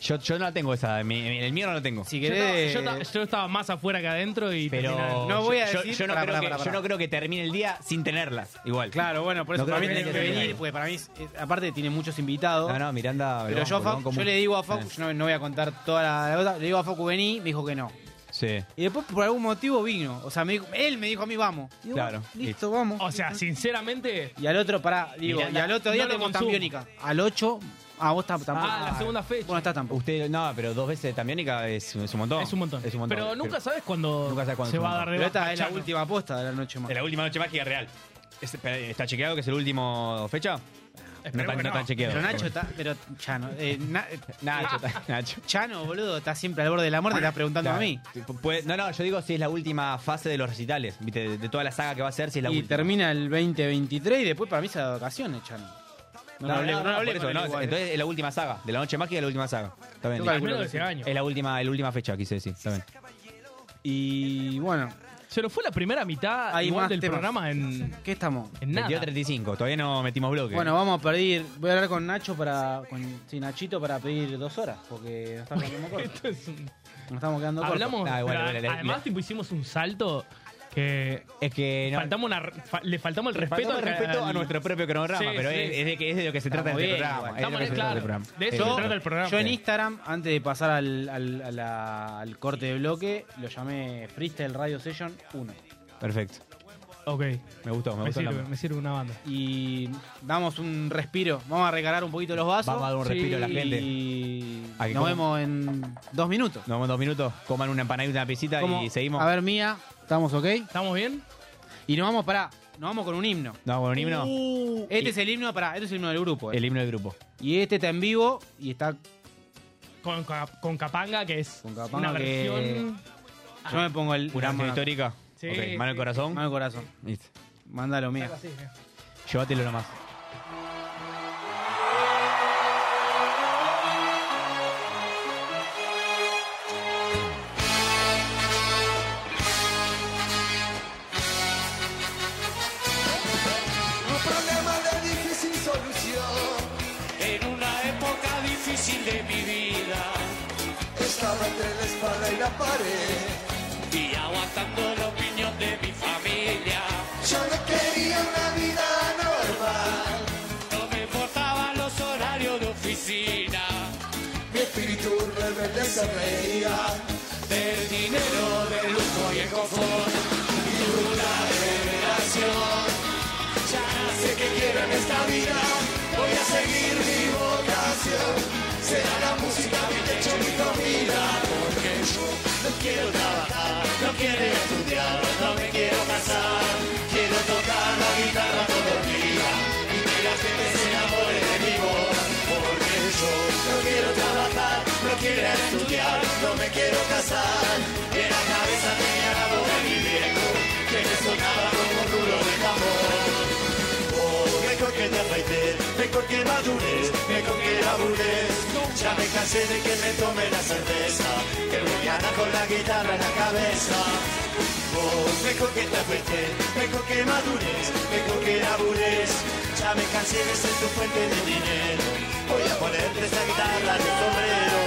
[SPEAKER 5] Yo, yo no la tengo esa, mi- mi- el mío no lo tengo.
[SPEAKER 3] si
[SPEAKER 4] Yo estaba,
[SPEAKER 3] querés...
[SPEAKER 4] yo estaba- yo estaba más afuera que adentro y
[SPEAKER 5] Pero
[SPEAKER 4] terminaba-
[SPEAKER 3] No voy a
[SPEAKER 5] yo-
[SPEAKER 3] decir-
[SPEAKER 5] yo, no
[SPEAKER 3] pará,
[SPEAKER 5] creo
[SPEAKER 3] pará,
[SPEAKER 5] que,
[SPEAKER 3] pará,
[SPEAKER 5] yo no
[SPEAKER 3] pará.
[SPEAKER 5] creo que termine el día sin tenerla. Igual.
[SPEAKER 3] Claro, bueno, por
[SPEAKER 5] No
[SPEAKER 3] eso
[SPEAKER 5] creo
[SPEAKER 3] para mí
[SPEAKER 5] que
[SPEAKER 3] tenés que
[SPEAKER 5] tenga que
[SPEAKER 3] venir,
[SPEAKER 5] venir.
[SPEAKER 3] porque para mí, es- es- aparte tiene muchos invitados.
[SPEAKER 5] No, no, Miranda.
[SPEAKER 3] Pero
[SPEAKER 5] Belón,
[SPEAKER 3] yo, a
[SPEAKER 5] Belón
[SPEAKER 3] Facu-
[SPEAKER 5] como-
[SPEAKER 3] yo le digo a Facu,
[SPEAKER 5] Sí.
[SPEAKER 3] yo no, no voy a contar toda la, la cosa, le digo a Facu vení, me dijo que no.
[SPEAKER 5] Sí.
[SPEAKER 3] Y después por algún motivo vino, o sea, me dijo- él me dijo a mí vamos. Y yo,
[SPEAKER 5] Claro,
[SPEAKER 3] Listo, vamos.
[SPEAKER 4] O sea, sinceramente.
[SPEAKER 3] Y al otro, pará, digo,
[SPEAKER 5] Mirá,
[SPEAKER 3] y al otro día
[SPEAKER 4] no lo
[SPEAKER 3] tenemos
[SPEAKER 4] consumo.
[SPEAKER 3] Tambiónica. Al 8, ah, vos tam- tampoco.
[SPEAKER 4] Ah, la segunda fecha.
[SPEAKER 3] Bueno, estás tampoco.
[SPEAKER 5] Usted, no, pero dos veces Tambiónica es, es un montón.
[SPEAKER 4] Es un montón.
[SPEAKER 5] Es un montón.
[SPEAKER 4] Pero nunca sabes cuándo
[SPEAKER 5] Nunca sabes cuándo
[SPEAKER 4] se
[SPEAKER 5] es un
[SPEAKER 4] va a dar de
[SPEAKER 3] Pero esta
[SPEAKER 4] baja,
[SPEAKER 3] es la
[SPEAKER 4] Chano.
[SPEAKER 3] última aposta de la noche más.
[SPEAKER 5] Es la última noche mágica real. Es- espera, ¿Está chequeado que es el último fecha? No
[SPEAKER 4] Esperemos
[SPEAKER 5] está,
[SPEAKER 4] que
[SPEAKER 5] no
[SPEAKER 4] no.
[SPEAKER 5] está chequeado.
[SPEAKER 3] Pero Nacho está. Pero Chano. eh, Na-
[SPEAKER 5] Nacho,
[SPEAKER 4] Ah.
[SPEAKER 5] está- Nacho.
[SPEAKER 3] Chano, boludo, está siempre al borde de la muerte, está preguntando a mí.
[SPEAKER 5] Pu- puede- no, no, yo digo si es la última fase de los recitales, viste, de, de toda la saga que va a ser, si es la
[SPEAKER 3] Y
[SPEAKER 5] última.
[SPEAKER 3] termina el 2023 y después para mí se da vacaciones, Chano. No,
[SPEAKER 5] No,
[SPEAKER 3] lo
[SPEAKER 5] no,
[SPEAKER 3] hablé-
[SPEAKER 5] no,
[SPEAKER 3] no lo
[SPEAKER 5] no,
[SPEAKER 3] hablé
[SPEAKER 5] por
[SPEAKER 3] con
[SPEAKER 5] eso,
[SPEAKER 3] él
[SPEAKER 5] no,
[SPEAKER 3] igual, eh.
[SPEAKER 5] entonces es la última saga, de la noche mágica es la última saga. Está bien.
[SPEAKER 3] Yo
[SPEAKER 4] Al
[SPEAKER 3] calculo
[SPEAKER 4] menos de
[SPEAKER 3] que
[SPEAKER 4] ese
[SPEAKER 3] sí.
[SPEAKER 4] año.
[SPEAKER 5] Es la última, es la última fecha, quise decir. Está bien.
[SPEAKER 3] eh. Y bueno,
[SPEAKER 4] Se nos fue la primera mitad
[SPEAKER 3] Hay
[SPEAKER 4] igual
[SPEAKER 3] más
[SPEAKER 4] del
[SPEAKER 3] temas.
[SPEAKER 4] programa en,
[SPEAKER 3] ¿qué estamos?
[SPEAKER 4] en nada.
[SPEAKER 5] 22-35, todavía no metimos bloque.
[SPEAKER 3] Bueno, vamos a pedir. Voy a hablar con Nacho para. Con, sí, Nachito para pedir dos horas, porque nos estamos quedando cortos.
[SPEAKER 4] Esto es un-
[SPEAKER 3] Nos estamos quedando cortos.
[SPEAKER 4] Hablamos.
[SPEAKER 5] Ah, igual,
[SPEAKER 4] pero
[SPEAKER 5] igual, le-
[SPEAKER 4] además,
[SPEAKER 5] le-
[SPEAKER 4] tipo, hicimos un salto que.
[SPEAKER 5] es que no,
[SPEAKER 4] faltamos una, fa- le faltamos el
[SPEAKER 5] le
[SPEAKER 4] respeto,
[SPEAKER 5] faltamos el
[SPEAKER 4] al-
[SPEAKER 5] respeto a
[SPEAKER 4] al-
[SPEAKER 5] nuestro propio cronograma,
[SPEAKER 4] Sí,
[SPEAKER 5] pero
[SPEAKER 4] sí.
[SPEAKER 5] Es, es de que, es de lo que se trata
[SPEAKER 3] Estamos
[SPEAKER 5] este
[SPEAKER 3] bien,
[SPEAKER 5] programa.
[SPEAKER 3] igual.
[SPEAKER 5] es de lo
[SPEAKER 4] Estamos
[SPEAKER 5] que se
[SPEAKER 4] bien,
[SPEAKER 5] trata
[SPEAKER 4] claro.
[SPEAKER 5] este programa.
[SPEAKER 4] De eso
[SPEAKER 5] Eh,
[SPEAKER 4] se trata el programa.
[SPEAKER 3] Yo en Instagram, antes de pasar al, al- a la- al corte de bloque, lo llamé Freestyle Radio Session 1.
[SPEAKER 5] Perfecto.
[SPEAKER 4] Ok,
[SPEAKER 5] Me gustó,
[SPEAKER 4] me
[SPEAKER 5] me, gustó. el
[SPEAKER 4] sirve,
[SPEAKER 5] nombre.
[SPEAKER 4] me sirve una banda.
[SPEAKER 3] Y damos un respiro. Vamos a regalar un poquito los vasos.
[SPEAKER 5] Vamos a dar un respiro a la
[SPEAKER 3] Sí.
[SPEAKER 5] gente.
[SPEAKER 3] Y
[SPEAKER 5] A que
[SPEAKER 3] nos
[SPEAKER 5] coman.
[SPEAKER 3] vemos en dos minutos.
[SPEAKER 5] Nos vemos en dos minutos, coman una empanadita, una pisita
[SPEAKER 3] Como-
[SPEAKER 5] y seguimos.
[SPEAKER 3] A ver, Mía, ¿estamos ok?
[SPEAKER 4] ¿Estamos bien?
[SPEAKER 3] Y nos vamos para. Nos vamos con un himno.
[SPEAKER 5] No, con un himno,
[SPEAKER 4] Uh,
[SPEAKER 3] Este es el himno, para, este es el himno del grupo. eh.
[SPEAKER 5] el himno del grupo.
[SPEAKER 3] Y este está en vivo y está.
[SPEAKER 4] con, con, con Capanga, que es
[SPEAKER 3] Con Capanga,
[SPEAKER 4] una
[SPEAKER 3] que-
[SPEAKER 4] versión.
[SPEAKER 3] Ah, Yo me pongo el.
[SPEAKER 5] Una
[SPEAKER 3] la
[SPEAKER 5] canción
[SPEAKER 3] mano-
[SPEAKER 5] histórica.
[SPEAKER 4] Sí.
[SPEAKER 5] Ok, mano al corazón.
[SPEAKER 3] mano al corazón.
[SPEAKER 5] Listo.
[SPEAKER 3] Mándalo, Mía.
[SPEAKER 4] Algo así, eh. mira.
[SPEAKER 5] Llévatelo nomás.
[SPEAKER 7] Un problema de difícil solución.
[SPEAKER 8] En una época difícil de mi vida
[SPEAKER 7] Estaba entre la espada y la pared.
[SPEAKER 8] y aguantando la opinión de mi familia,
[SPEAKER 7] Yo no quería una vida normal.
[SPEAKER 8] no me importaban los horarios de oficina,
[SPEAKER 7] Mi espíritu rebelde se reía.
[SPEAKER 8] del dinero, del lujo y el confort. Y una revelación, ya sé que quiero en esta vida, voy a seguir mi vocación. Será la música mi techo, mi comida, porque yo no quiero trabajar, no quiero estudiar, no me quiero casar, quiero tocar la guitarra todo el día y que la gente se enamore de mi voz, porque yo no quiero trabajar, no quiero estudiar, no me quiero casar, y en la cabeza tenía la voz de mi viejo, que me sonaba como un duro de jamón. Oh, mejor que te afeites, mejor que madures, mejor que labures. Ya me cansé de que me tome la cerveza, que voy a andar con la guitarra en la cabeza. Oh, mejor que te afeites, mejor que madures, mejor que labures. Ya me cansé de ser tu fuente de dinero, voy a ponerte esta guitarra de sombrero.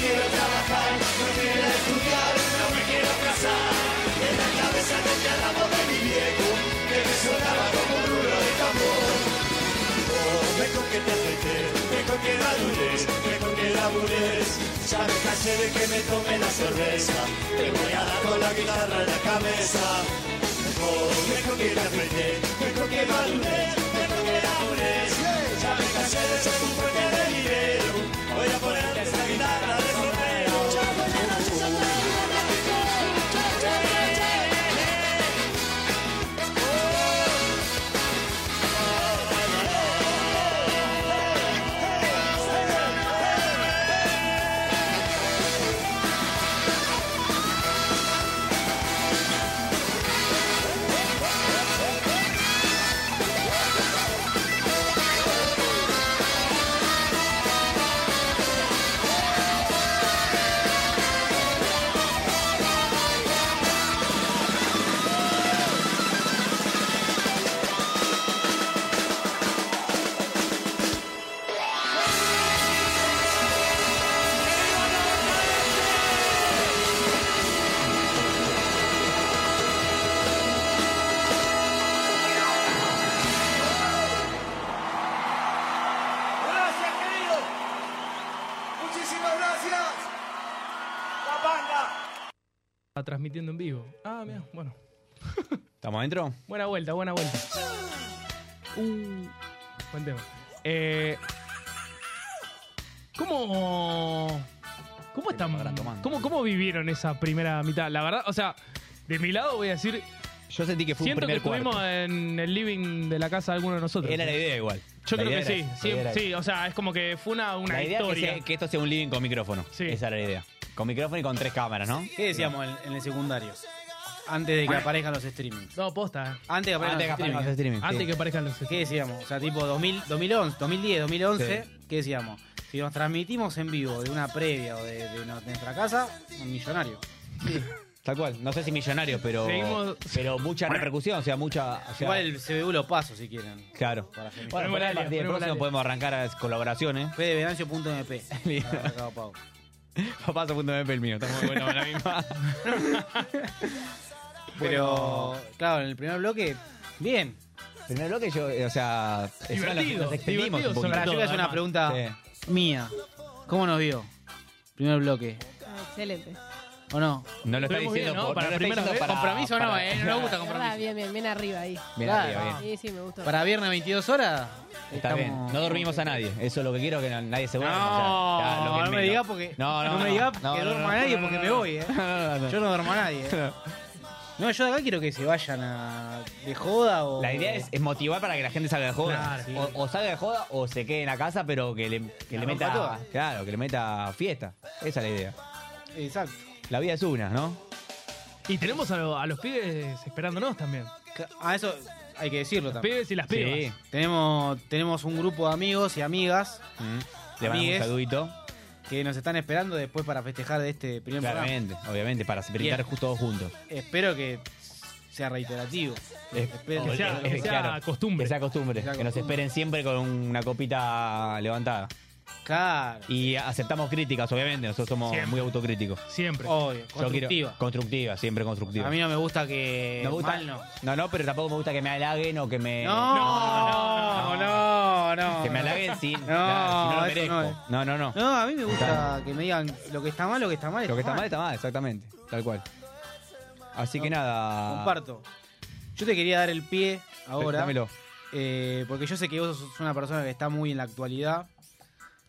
[SPEAKER 8] Quiero trabajar, no quiero estudiar, no me quiero casar. En la cabeza tenía la voz de mi viejo, que madures, mejor que labures. Ya me cansé de que me tome la cerveza, te voy a dar con la guitarra en la cabeza. Mejor, mejor que la frente, mejor que madures, mejor que labures. Ya me cansé de ser un fuerte de dinero, voy a ponerme esa guitarra de sombrero.
[SPEAKER 7] Gracias, querido. Muchísimas gracias. La banda.
[SPEAKER 4] Está transmitiendo en vivo. Ah, mira, bueno.
[SPEAKER 5] ¿Estamos adentro?
[SPEAKER 4] Buena vuelta, buena vuelta. Uh, buen tema. Eh, ¿Cómo. ¿Cómo están? ¿cómo, ¿Cómo vivieron esa primera mitad? La verdad, o sea, de mi lado voy a decir.
[SPEAKER 5] Yo sentí que fue
[SPEAKER 4] Siento
[SPEAKER 5] un
[SPEAKER 4] que
[SPEAKER 5] primer
[SPEAKER 4] estuvimos
[SPEAKER 5] cuarto.
[SPEAKER 4] en el living de la casa de alguno de nosotros.
[SPEAKER 5] Era la idea igual.
[SPEAKER 4] Yo
[SPEAKER 5] La
[SPEAKER 4] creo
[SPEAKER 5] idea
[SPEAKER 4] que
[SPEAKER 5] era
[SPEAKER 4] sí,
[SPEAKER 5] esa,
[SPEAKER 4] sí,
[SPEAKER 5] la idea era
[SPEAKER 4] sí,
[SPEAKER 5] esa.
[SPEAKER 4] o sea, es como que fue una, una
[SPEAKER 5] La idea es que,
[SPEAKER 4] historia.
[SPEAKER 5] sea- que esto sea un living con micrófono.
[SPEAKER 4] Sí.
[SPEAKER 5] Esa era la idea. Con micrófono y con tres cámaras, ¿no?
[SPEAKER 3] ¿Qué decíamos en, en el secundario? Antes de que aparezcan los streamings.
[SPEAKER 4] No, posta.
[SPEAKER 5] Ah,
[SPEAKER 3] Antes
[SPEAKER 4] eh.
[SPEAKER 3] de que aparezcan los
[SPEAKER 5] Antes de que aparezcan los
[SPEAKER 3] streamings.
[SPEAKER 5] streaming.
[SPEAKER 4] Antes
[SPEAKER 5] sí.
[SPEAKER 4] que aparezcan los
[SPEAKER 3] ¿Qué decíamos? O sea, tipo 2000, 2011, 2010, 2011, ¿qué decíamos? Si nos transmitimos en vivo de una previa o de, de no- de nuestra casa, un millonario.
[SPEAKER 5] Tal cual. No sé si millonario, pero.
[SPEAKER 4] Seguimos-
[SPEAKER 5] Pero mucha repercusión, o sea, mucha. o sea,
[SPEAKER 3] Igual el CBU lo paso si quieren.
[SPEAKER 5] Claro.
[SPEAKER 3] Para que-
[SPEAKER 5] Bueno,
[SPEAKER 4] Ponemos
[SPEAKER 5] para el
[SPEAKER 4] la línea,
[SPEAKER 5] partido
[SPEAKER 4] ponemos la
[SPEAKER 5] próximo
[SPEAKER 4] línea.
[SPEAKER 5] podemos arrancar a ¿eh? las colaboraciones.
[SPEAKER 3] Fedevenancio.mp.
[SPEAKER 5] Bien.
[SPEAKER 3] para Mercado Pago.
[SPEAKER 5] Papazo.mp el mío. Estamos muy buenos con la misma.
[SPEAKER 3] Pero, claro, en el primer bloque, bien.
[SPEAKER 5] Primer bloque, yo, eh, o sea. es-
[SPEAKER 4] Divertido,
[SPEAKER 5] nos extendimos
[SPEAKER 4] divertido
[SPEAKER 5] un poquito.
[SPEAKER 4] son
[SPEAKER 3] Para yo voy a hacer una
[SPEAKER 4] además.
[SPEAKER 3] pregunta mía. ¿Cómo nos vio? Primer bloque.
[SPEAKER 6] Excelente.
[SPEAKER 3] ¿O no?
[SPEAKER 5] No lo está
[SPEAKER 4] Estuvimos bien,
[SPEAKER 5] diciendo
[SPEAKER 4] ¿no?
[SPEAKER 5] por-
[SPEAKER 4] Para
[SPEAKER 5] no lo está
[SPEAKER 4] primera
[SPEAKER 5] diciendo
[SPEAKER 4] vez.
[SPEAKER 5] para-
[SPEAKER 3] ¿Compromiso o no?
[SPEAKER 5] para-
[SPEAKER 3] Eh, no nos gusta
[SPEAKER 6] Ah,
[SPEAKER 3] compromiso.
[SPEAKER 6] bien, bien, bien arriba ahí.
[SPEAKER 5] Bien,
[SPEAKER 3] Claro.
[SPEAKER 5] arriba, bien.
[SPEAKER 6] Sí, sí, me gustó.
[SPEAKER 3] eh. Para viernes 22 horas.
[SPEAKER 5] Está bien.
[SPEAKER 3] estamos-
[SPEAKER 5] No dormimos a nadie. Eso es lo que quiero que nadie se
[SPEAKER 3] No,
[SPEAKER 5] duerma. o sea, ya, lo que
[SPEAKER 3] no
[SPEAKER 5] es
[SPEAKER 3] me
[SPEAKER 5] menos.
[SPEAKER 3] digas porque.
[SPEAKER 5] No, no,
[SPEAKER 3] me
[SPEAKER 5] no.
[SPEAKER 3] digas
[SPEAKER 5] No,
[SPEAKER 3] que
[SPEAKER 5] no,
[SPEAKER 3] duerma
[SPEAKER 5] no,
[SPEAKER 3] nadie
[SPEAKER 5] no,
[SPEAKER 3] porque
[SPEAKER 5] no,
[SPEAKER 3] me
[SPEAKER 5] no.
[SPEAKER 3] voy, eh.
[SPEAKER 5] No, no, no.
[SPEAKER 3] Yo no duermo a nadie. eh. No, yo de acá quiero que se vayan a. de joda o.
[SPEAKER 5] La idea es, es motivar para que la gente salga de joda.
[SPEAKER 3] Claro, sí.
[SPEAKER 5] o, o salga de joda o se quede en la casa, pero que le, que le
[SPEAKER 3] La
[SPEAKER 5] meta.
[SPEAKER 3] rompa toda.
[SPEAKER 5] Claro, que le meta fiesta. Esa es la idea.
[SPEAKER 3] Exacto.
[SPEAKER 5] La vida es una, ¿no?
[SPEAKER 4] Y tenemos a, lo- a los pibes esperándonos también.
[SPEAKER 3] A eso hay que decirlo también.
[SPEAKER 4] Pibes y las pibas.
[SPEAKER 5] Sí.
[SPEAKER 3] Tenemos, tenemos un grupo de amigos y amigas
[SPEAKER 5] Mm. Le mandamos un
[SPEAKER 3] Amigues.
[SPEAKER 5] saludito.
[SPEAKER 3] que nos están esperando después para festejar de este primer programa.
[SPEAKER 5] Claramente, obviamente, para brindar
[SPEAKER 3] Bien.
[SPEAKER 5] ju- todos juntos.
[SPEAKER 3] Espero que sea reiterativo. Espero
[SPEAKER 4] que sea- que sea costumbre.
[SPEAKER 5] Que sea costumbre.
[SPEAKER 3] Que sea
[SPEAKER 5] Que nos
[SPEAKER 3] costumbre.
[SPEAKER 5] esperen siempre con una copita levantada.
[SPEAKER 3] Claro,
[SPEAKER 5] Y aceptamos críticas, obviamente. Nosotros somos
[SPEAKER 4] Siempre.
[SPEAKER 5] muy autocríticos.
[SPEAKER 4] Siempre.
[SPEAKER 3] obvio,
[SPEAKER 5] Yo quiero-
[SPEAKER 3] constructiva.
[SPEAKER 5] constructiva, siempre constructiva.
[SPEAKER 3] A mí no me gusta que.
[SPEAKER 5] Nos gusta-
[SPEAKER 3] mal no.
[SPEAKER 5] no, no, pero tampoco me gusta que me halaguen o que me.
[SPEAKER 3] No, no, no, no.
[SPEAKER 5] Que me halaguen sin.
[SPEAKER 3] No,
[SPEAKER 5] claro, si no lo
[SPEAKER 3] eso
[SPEAKER 5] merezco.
[SPEAKER 3] no
[SPEAKER 5] No, no, no.
[SPEAKER 3] No, a mí me gusta que me digan lo que está mal, lo que está mal.
[SPEAKER 5] Lo que está mal está mal, exactamente. Tal cual. Así que
[SPEAKER 3] No,
[SPEAKER 5] nada.
[SPEAKER 3] Comparto. Ah. Yo te quería dar el pie ahora.
[SPEAKER 5] Dámelo.
[SPEAKER 3] eh, porque yo sé que vos sos una persona que está muy en la actualidad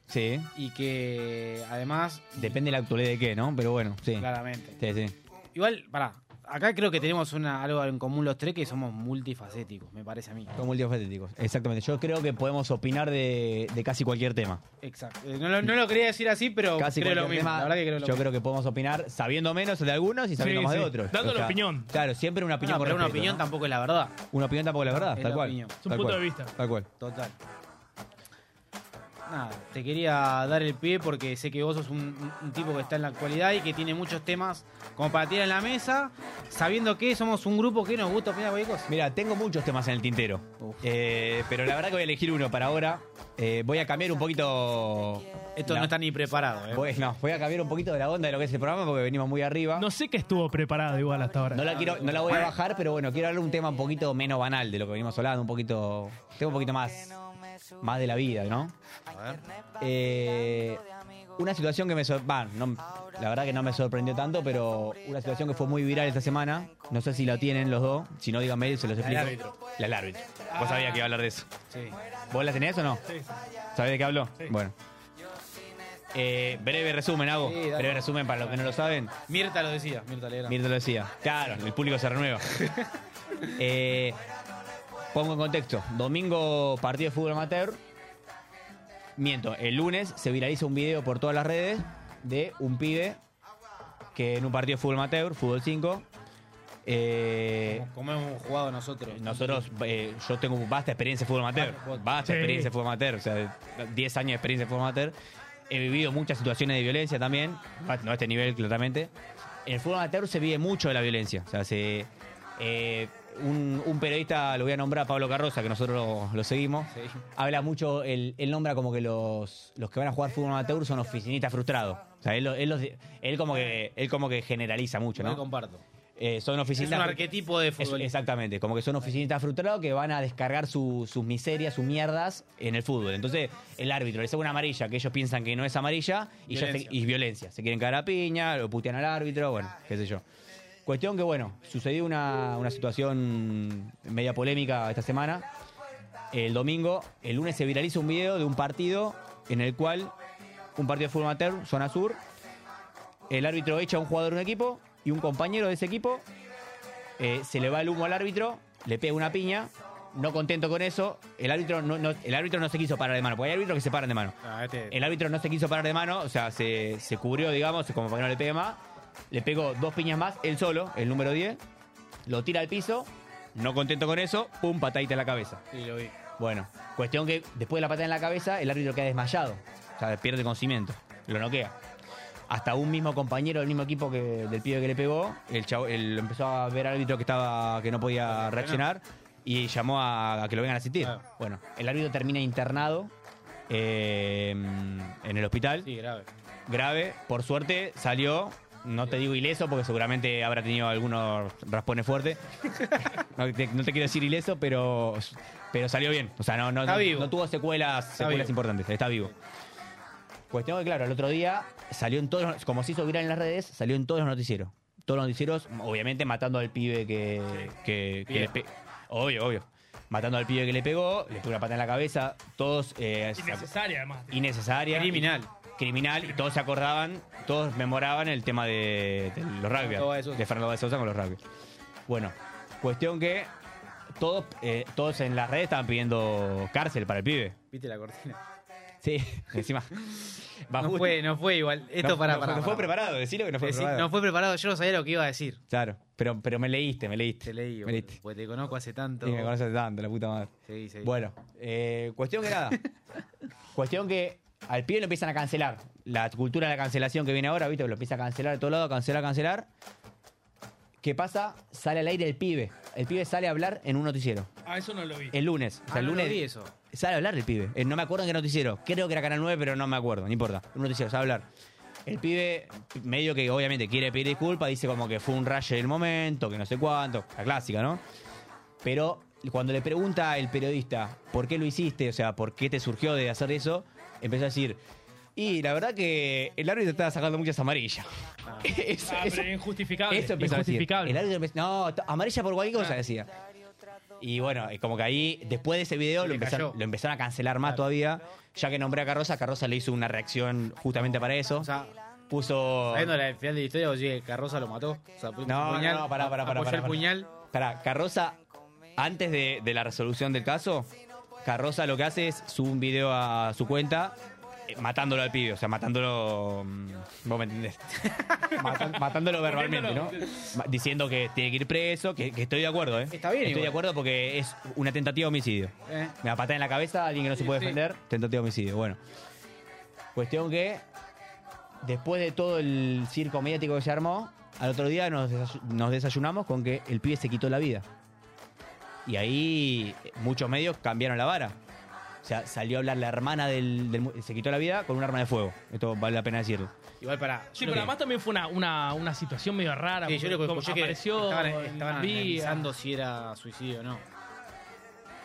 [SPEAKER 5] Sí.
[SPEAKER 3] y que además.
[SPEAKER 5] Depende de la actualidad de qué, ¿no? Pero bueno, sí.
[SPEAKER 3] Claramente.
[SPEAKER 5] Sí, sí.
[SPEAKER 3] Igual, pará. Acá creo que tenemos una, algo en común los tres que somos multifacéticos, me parece a mí.
[SPEAKER 5] Son multifacéticos. Exactamente. Yo creo que podemos opinar de, de casi cualquier tema.
[SPEAKER 3] Exacto. Eh, No, lo- no lo quería decir así, pero
[SPEAKER 5] Casi
[SPEAKER 3] creo lo
[SPEAKER 5] cualquier
[SPEAKER 3] mismo.
[SPEAKER 5] tema.
[SPEAKER 3] La verdad que creo lo
[SPEAKER 5] Yo
[SPEAKER 3] mismo.
[SPEAKER 5] creo que podemos opinar sabiendo menos de algunos y sabiendo
[SPEAKER 4] Sí,
[SPEAKER 5] más de
[SPEAKER 4] sí.
[SPEAKER 5] otros.
[SPEAKER 4] Dando la opinión.
[SPEAKER 5] Claro, siempre una opinión
[SPEAKER 3] No, Ah, pero
[SPEAKER 5] con
[SPEAKER 3] una
[SPEAKER 5] respeto,
[SPEAKER 3] opinión
[SPEAKER 5] ¿no?
[SPEAKER 3] tampoco es la verdad.
[SPEAKER 5] Una opinión tampoco es la verdad,
[SPEAKER 3] Es
[SPEAKER 5] tal
[SPEAKER 3] la
[SPEAKER 5] cual.
[SPEAKER 3] opinión.
[SPEAKER 4] Es un
[SPEAKER 5] Tal
[SPEAKER 4] punto
[SPEAKER 5] cual.
[SPEAKER 4] de vista.
[SPEAKER 5] Tal cual.
[SPEAKER 3] Total. Nada, te quería dar el pie porque sé que vos sos un, un- un tipo que está en la actualidad y que tiene muchos temas como para tirar en la mesa, sabiendo que somos un grupo que nos gusta opinar cualquier cosa.
[SPEAKER 5] Mira, tengo muchos temas en el tintero.
[SPEAKER 3] Uf.
[SPEAKER 5] Eh, pero la verdad que voy a elegir uno para ahora. Eh, voy a cambiar un poquito.
[SPEAKER 3] Esto
[SPEAKER 5] la-
[SPEAKER 3] no está ni preparado, ¿eh?
[SPEAKER 5] Voy, no, voy a cambiar un poquito de la onda de lo que es el programa porque venimos muy arriba.
[SPEAKER 4] No sé qué estuvo preparado igual hasta ahora.
[SPEAKER 5] No la, quiero, no la voy a bajar, pero bueno, quiero hablar un tema un poquito menos banal de lo que venimos hablando, un poquito. Tema un poquito más más de la vida, ¿no? Eh, una situación que me sor- bah, no- la verdad que no me sorprendió tanto, pero una situación que fue muy viral esta semana. No sé si la tienen los dos. Si no, díganme y se los explico.
[SPEAKER 3] árbitro.
[SPEAKER 5] La del árbitro. Vos sabías que iba a hablar de eso.
[SPEAKER 3] Sí.
[SPEAKER 5] ¿Vos la tenés o no?
[SPEAKER 3] Sí.
[SPEAKER 5] ¿Sabés de qué hablo?
[SPEAKER 3] Sí.
[SPEAKER 5] Bueno. Eh, breve resumen hago.
[SPEAKER 3] Sí, dale.
[SPEAKER 5] breve resumen para los que no lo saben.
[SPEAKER 3] Mirta lo decía, Mirta Legrand.
[SPEAKER 5] Mirta lo decía. Claro, el público se renueva. Eh, pongo en contexto. Domingo, partido de fútbol amateur. Miento, el lunes se viraliza un video por todas las redes de un pibe que en un partido de fútbol amateur, fútbol 5, eh,
[SPEAKER 3] Como- Como hemos jugado nosotros.
[SPEAKER 5] nosotros, eh, yo tengo vasta experiencia de fútbol amateur.
[SPEAKER 3] Ah,
[SPEAKER 5] Vasta
[SPEAKER 4] Sí.
[SPEAKER 5] experiencia de fútbol amateur. O sea, 10 años de experiencia de fútbol amateur. He vivido muchas situaciones de violencia también. No a este nivel, claramente. En el fútbol amateur se vive mucho de la violencia. O sea, se, eh, un, un periodista, lo voy a nombrar, Pablo Carroza, que nosotros lo, lo seguimos.
[SPEAKER 3] Sí.
[SPEAKER 5] Habla mucho, él, él nombra como que los, los que van a jugar fútbol amateur son oficinistas frustrados. O sea, él, lo- él los- él como, que, él como que generaliza mucho,
[SPEAKER 3] Yo no
[SPEAKER 5] ¿no?
[SPEAKER 3] comparto.
[SPEAKER 5] Eh, son
[SPEAKER 3] Es un
[SPEAKER 5] oficinistas
[SPEAKER 3] arquetipo de
[SPEAKER 5] es-
[SPEAKER 3] futbolista.
[SPEAKER 5] exactamente, como que son oficinistas frustrados que van a descargar su- sus miserias, sus mierdas en el fútbol. Entonces, el árbitro le saca una amarilla que ellos piensan que no es amarilla y ya se-
[SPEAKER 3] Violencia.
[SPEAKER 5] y violencia. Se quieren cagar a piña, lo putean al árbitro, bueno, qué sé yo. Cuestión que, bueno, sucedió una, una situación media polémica esta semana. El domingo, el lunes se viraliza un video de un partido en el cual, un partido de fútbol amateur, zona sur, el árbitro echa a un jugador de un equipo y un compañero de ese equipo eh, se le va el humo al árbitro, le pega una piña, no contento con eso, el árbitro no, no- el árbitro no se quiso parar de mano, porque hay árbitros que se paran de mano.
[SPEAKER 3] Ah, este-
[SPEAKER 5] El árbitro no se quiso parar de mano, o sea, se, se cubrió, digamos, como para que no le pegue más. Le pegó dos piñas más, él solo, el número 10, lo tira al piso, no contento con eso, pum, patadita en la cabeza.
[SPEAKER 3] Sí, lo vi.
[SPEAKER 5] Bueno, cuestión que después de la patada en la cabeza, el árbitro queda desmayado. O sea, pierde conocimiento. Lo noquea. Hasta un mismo compañero del mismo equipo que, del pibe que le pegó, el chavo, el- empezó a ver al árbitro que estaba que no podía reaccionar y llamó a, a que lo vengan a asistir.
[SPEAKER 3] Claro.
[SPEAKER 5] Bueno, el árbitro termina internado eh, en el hospital
[SPEAKER 3] Sí, grave.
[SPEAKER 5] grave. Por suerte salió, no te digo ileso, porque seguramente habrá tenido algunos raspones fuertes. No te, no te quiero decir ileso, pero, pero salió bien. O sea, no, no,
[SPEAKER 3] Está
[SPEAKER 5] no-
[SPEAKER 3] vivo.
[SPEAKER 5] no tuvo secuelas, secuelas
[SPEAKER 3] vivo.
[SPEAKER 5] importantes, está vivo. Cuestión que, claro, el otro día salió en todos, los- como se hizo viral en las redes, salió en todos los noticieros. Todos los noticieros, obviamente, matando al pibe que, que, que le pe- Obvio, obvio. Matando al pibe que le pegó, le puso una pata en la cabeza, todos... eh,
[SPEAKER 4] Innecesaria, además.
[SPEAKER 5] innecesaria.
[SPEAKER 3] Criminal.
[SPEAKER 5] Criminal, y todos se acordaban, todos memoraban el tema de, de los rugby.
[SPEAKER 3] Fernando Báez Sosa.
[SPEAKER 5] De Fernando de Sousa con los rugby. Bueno, cuestión que todos, eh, todos en las redes estaban pidiendo cárcel para el pibe.
[SPEAKER 3] ¿Viste la cortina?
[SPEAKER 5] Sí, encima. Va
[SPEAKER 3] No
[SPEAKER 5] justo.
[SPEAKER 3] fue, no fue igual. Esto
[SPEAKER 5] No-
[SPEAKER 3] para,
[SPEAKER 5] no-
[SPEAKER 3] para,
[SPEAKER 5] no fue
[SPEAKER 3] para.
[SPEAKER 5] preparado, decilo que no fue
[SPEAKER 3] Decí-
[SPEAKER 5] preparado.
[SPEAKER 3] no fue preparado, yo no sabía lo que iba a decir.
[SPEAKER 5] Claro, pero, pero me leíste, me leíste.
[SPEAKER 3] Te leí,
[SPEAKER 5] me
[SPEAKER 3] boludo,
[SPEAKER 5] leíste.
[SPEAKER 3] porque te conozco hace tanto.
[SPEAKER 5] Y me conoces tanto, la puta madre.
[SPEAKER 3] Sí, Ah, sí.
[SPEAKER 5] Bueno, eh, cuestión que nada. cuestión que al pibe lo empiezan a cancelar. La cultura de la cancelación que viene ahora, ¿viste? Que lo empieza a cancelar de todo lado, cancelar, cancelar. ¿Qué pasa? Sale al aire el pibe. El pibe sale a hablar en un noticiero.
[SPEAKER 4] Ah, eso no lo vi.
[SPEAKER 5] El lunes. O sea,
[SPEAKER 3] Ah,
[SPEAKER 5] el
[SPEAKER 3] no lo
[SPEAKER 5] lunes
[SPEAKER 3] vi eso.
[SPEAKER 5] Sale a hablar el pibe. Eh, No me acuerdo en qué noticiero. Creo que era Canal 9, pero no me acuerdo. No importa. Un noticiero, sale a hablar. El pibe, medio que obviamente quiere pedir disculpas, dice como que fue un rayo del momento, que no sé cuánto. La clásica, ¿no? Pero cuando le pregunta el periodista por qué lo hiciste, o sea, por qué te surgió de hacer eso, empezó a decir. Y la verdad que el árbitro estaba sacando muchas amarillas. eso,
[SPEAKER 4] Ah,
[SPEAKER 5] eso-
[SPEAKER 4] pero injustificable.
[SPEAKER 5] eso empezó a decir.
[SPEAKER 4] injustificable.
[SPEAKER 5] El árbitro empezó- no, t- amarilla por cualquier cosa decía. Y bueno, y como que ahí, después de ese video,
[SPEAKER 3] Se
[SPEAKER 5] lo
[SPEAKER 3] le
[SPEAKER 5] empezaron,
[SPEAKER 3] cayó.
[SPEAKER 5] lo empezaron a cancelar más todavía. Ya que nombré a Carroza, Carroza le hizo una reacción justamente para eso.
[SPEAKER 3] O sea,
[SPEAKER 5] Puso.
[SPEAKER 3] sabiendo la, el final de la historia, oye, Carroza lo mató. O sea, puso
[SPEAKER 5] No,
[SPEAKER 3] un puñal,
[SPEAKER 5] no, no, pará, pará, pará,
[SPEAKER 3] apoyó
[SPEAKER 5] pará,
[SPEAKER 3] el
[SPEAKER 5] pará.
[SPEAKER 3] puñal.
[SPEAKER 5] Pará, Carroza, antes de, de la resolución del caso, Carroza lo que hace es sube un video a su cuenta eh, matándolo al pibe, o sea, matándolo. mm, Vos me entendés. Matan- matándolo verbalmente, ¿no? Ma- Diciendo que tiene que ir preso, que, que estoy de acuerdo, ¿eh?
[SPEAKER 3] Está bien
[SPEAKER 5] Estoy de
[SPEAKER 3] igual.
[SPEAKER 5] acuerdo porque es una tentativa de homicidio.
[SPEAKER 3] Eh,
[SPEAKER 5] Me la patada en la cabeza a alguien que no se puede defender. Tentativa de homicidio. Bueno. Cuestión que, después de todo el circo mediático que se armó, al otro día nos, desayu- nos desayunamos con que el pibe se quitó la vida. Y ahí eh, muchos medios cambiaron la vara. O sea, salió a hablar la hermana del, del mu- Se quitó la vida con un arma de fuego. Esto vale la pena decirlo.
[SPEAKER 3] igual para.
[SPEAKER 4] Sí, pero además también fue una, una, una situación medio rara.
[SPEAKER 3] Sí, yo
[SPEAKER 4] porque
[SPEAKER 3] lo que
[SPEAKER 4] como
[SPEAKER 3] escuché que
[SPEAKER 4] apareció,
[SPEAKER 3] estaban,
[SPEAKER 4] en
[SPEAKER 3] estaban
[SPEAKER 4] la vía.
[SPEAKER 3] analizando si era suicidio o no.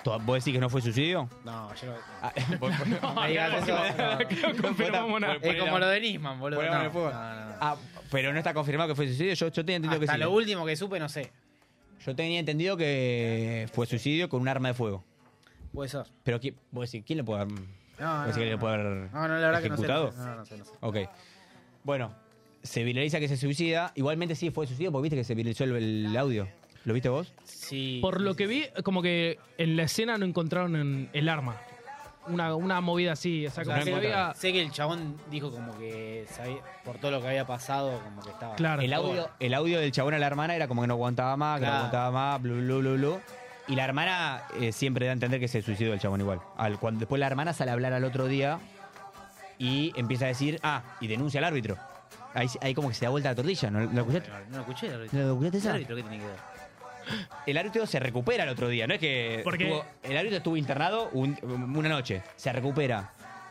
[SPEAKER 5] ¿Tú- ¿Vos decís que no fue suicidio?
[SPEAKER 3] No, yo no.
[SPEAKER 5] Ah, vos- vos-
[SPEAKER 3] No digas eso. No, no.
[SPEAKER 4] No confirmamos nada.
[SPEAKER 3] Es como lo de Nisman, boludo.
[SPEAKER 5] Ponemos
[SPEAKER 3] No,
[SPEAKER 5] en el fuego.
[SPEAKER 3] no, no.
[SPEAKER 5] Ah, pero no está confirmado que fue suicidio. Yo, yo tenía entendido
[SPEAKER 3] Hasta
[SPEAKER 5] que sí.
[SPEAKER 3] lo último que supe, no sé.
[SPEAKER 5] Yo tenía entendido que fue suicidio con un arma de fuego.
[SPEAKER 3] Puede ser.
[SPEAKER 5] Pero ¿quién, vos decís, ¿quién le puede haber?
[SPEAKER 3] No,
[SPEAKER 5] vos decís
[SPEAKER 3] no,
[SPEAKER 5] que le
[SPEAKER 3] no.
[SPEAKER 5] puede haber
[SPEAKER 3] No, no, la verdad que no sé.
[SPEAKER 5] ejecutado?
[SPEAKER 3] No, sé, no, no sé, no sé.
[SPEAKER 5] Ok. Bueno, se viraliza que se suicida. Igualmente sí fue suicidio porque viste que se viralizó el, el audio. ¿Lo viste vos?
[SPEAKER 3] Sí.
[SPEAKER 4] Por lo que vi, como que en la escena no encontraron en- el arma. Una, una movida así, o sea,
[SPEAKER 3] O
[SPEAKER 4] como
[SPEAKER 3] sea,
[SPEAKER 4] que
[SPEAKER 3] sé,
[SPEAKER 4] había...
[SPEAKER 3] sé que el chabón dijo como que sabía- por todo lo que había pasado, como que estaba.
[SPEAKER 4] Claro.
[SPEAKER 5] El audio, el audio del chabón a la hermana era como que no aguantaba más, que no
[SPEAKER 3] Claro.
[SPEAKER 5] aguantaba más, blu, blu, blu, blu. Y la hermana eh, siempre da a entender que se suicidó el chabón igual. Al, cuando, después la hermana sale a hablar al otro día y empieza a decir, ah, y denuncia al árbitro. Ahí, ahí como que se da vuelta la tortilla, ¿no, ¿Lo escuchaste?
[SPEAKER 3] No lo escuché, el
[SPEAKER 5] ¿No lo escuchaste esa?
[SPEAKER 3] árbitro que tiene que ver.
[SPEAKER 5] El árbitro se recupera el otro día, no es que
[SPEAKER 4] Porque-
[SPEAKER 5] estuvo- el árbitro estuvo internado un- una noche, se recupera,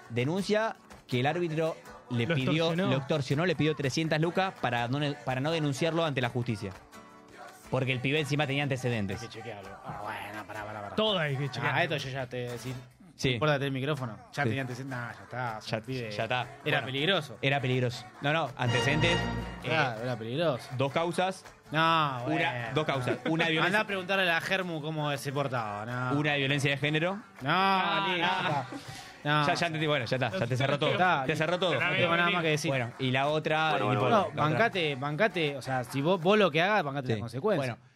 [SPEAKER 5] denuncia que el árbitro le
[SPEAKER 4] Lo
[SPEAKER 5] pidió,
[SPEAKER 4] extorsionó.
[SPEAKER 5] lo extorsionó, le pidió 300 lucas para no, para no denunciarlo ante la justicia. Porque el pibe encima
[SPEAKER 3] Hay
[SPEAKER 5] tenía antecedentes.
[SPEAKER 3] que chequearlo. Ah, bueno, pará, pará, pará.
[SPEAKER 4] Todo hay que chequear.
[SPEAKER 3] Ah, esto yo ya te decir.
[SPEAKER 5] Sí.
[SPEAKER 3] Sí. Importate el micrófono. Ya
[SPEAKER 5] Sí.
[SPEAKER 3] tenía antecedentes. Nah, ya está.
[SPEAKER 5] Ya-
[SPEAKER 3] Ya, pibe.
[SPEAKER 5] ya está.
[SPEAKER 3] Era
[SPEAKER 5] Bueno. Eh,
[SPEAKER 3] peligroso.
[SPEAKER 5] Era peligroso. No, no, antecedentes. eh,
[SPEAKER 3] Claro, era peligroso.
[SPEAKER 5] Dos causas,
[SPEAKER 3] No, bueno,
[SPEAKER 5] una- dos causas.
[SPEAKER 3] no.
[SPEAKER 5] Una violencia-
[SPEAKER 3] Andá a preguntarle a la Germu cómo se portaba. No,
[SPEAKER 5] una de violencia de género.
[SPEAKER 3] no, listo,
[SPEAKER 5] Ah,
[SPEAKER 3] no.
[SPEAKER 5] Ya, ya entendí, bueno, ya está, ya te cerró todo.
[SPEAKER 3] Está,
[SPEAKER 5] Te cerró todo.
[SPEAKER 3] No tengo nada más que decir.
[SPEAKER 5] Bueno, y la otra.
[SPEAKER 9] Bueno,
[SPEAKER 5] y
[SPEAKER 9] bueno,
[SPEAKER 5] por-
[SPEAKER 3] No,
[SPEAKER 5] la otra-
[SPEAKER 3] bancate, bancate. O sea, si vos, vos lo que hagas, bancate
[SPEAKER 5] Sí.
[SPEAKER 3] las consecuencias.
[SPEAKER 5] Bueno,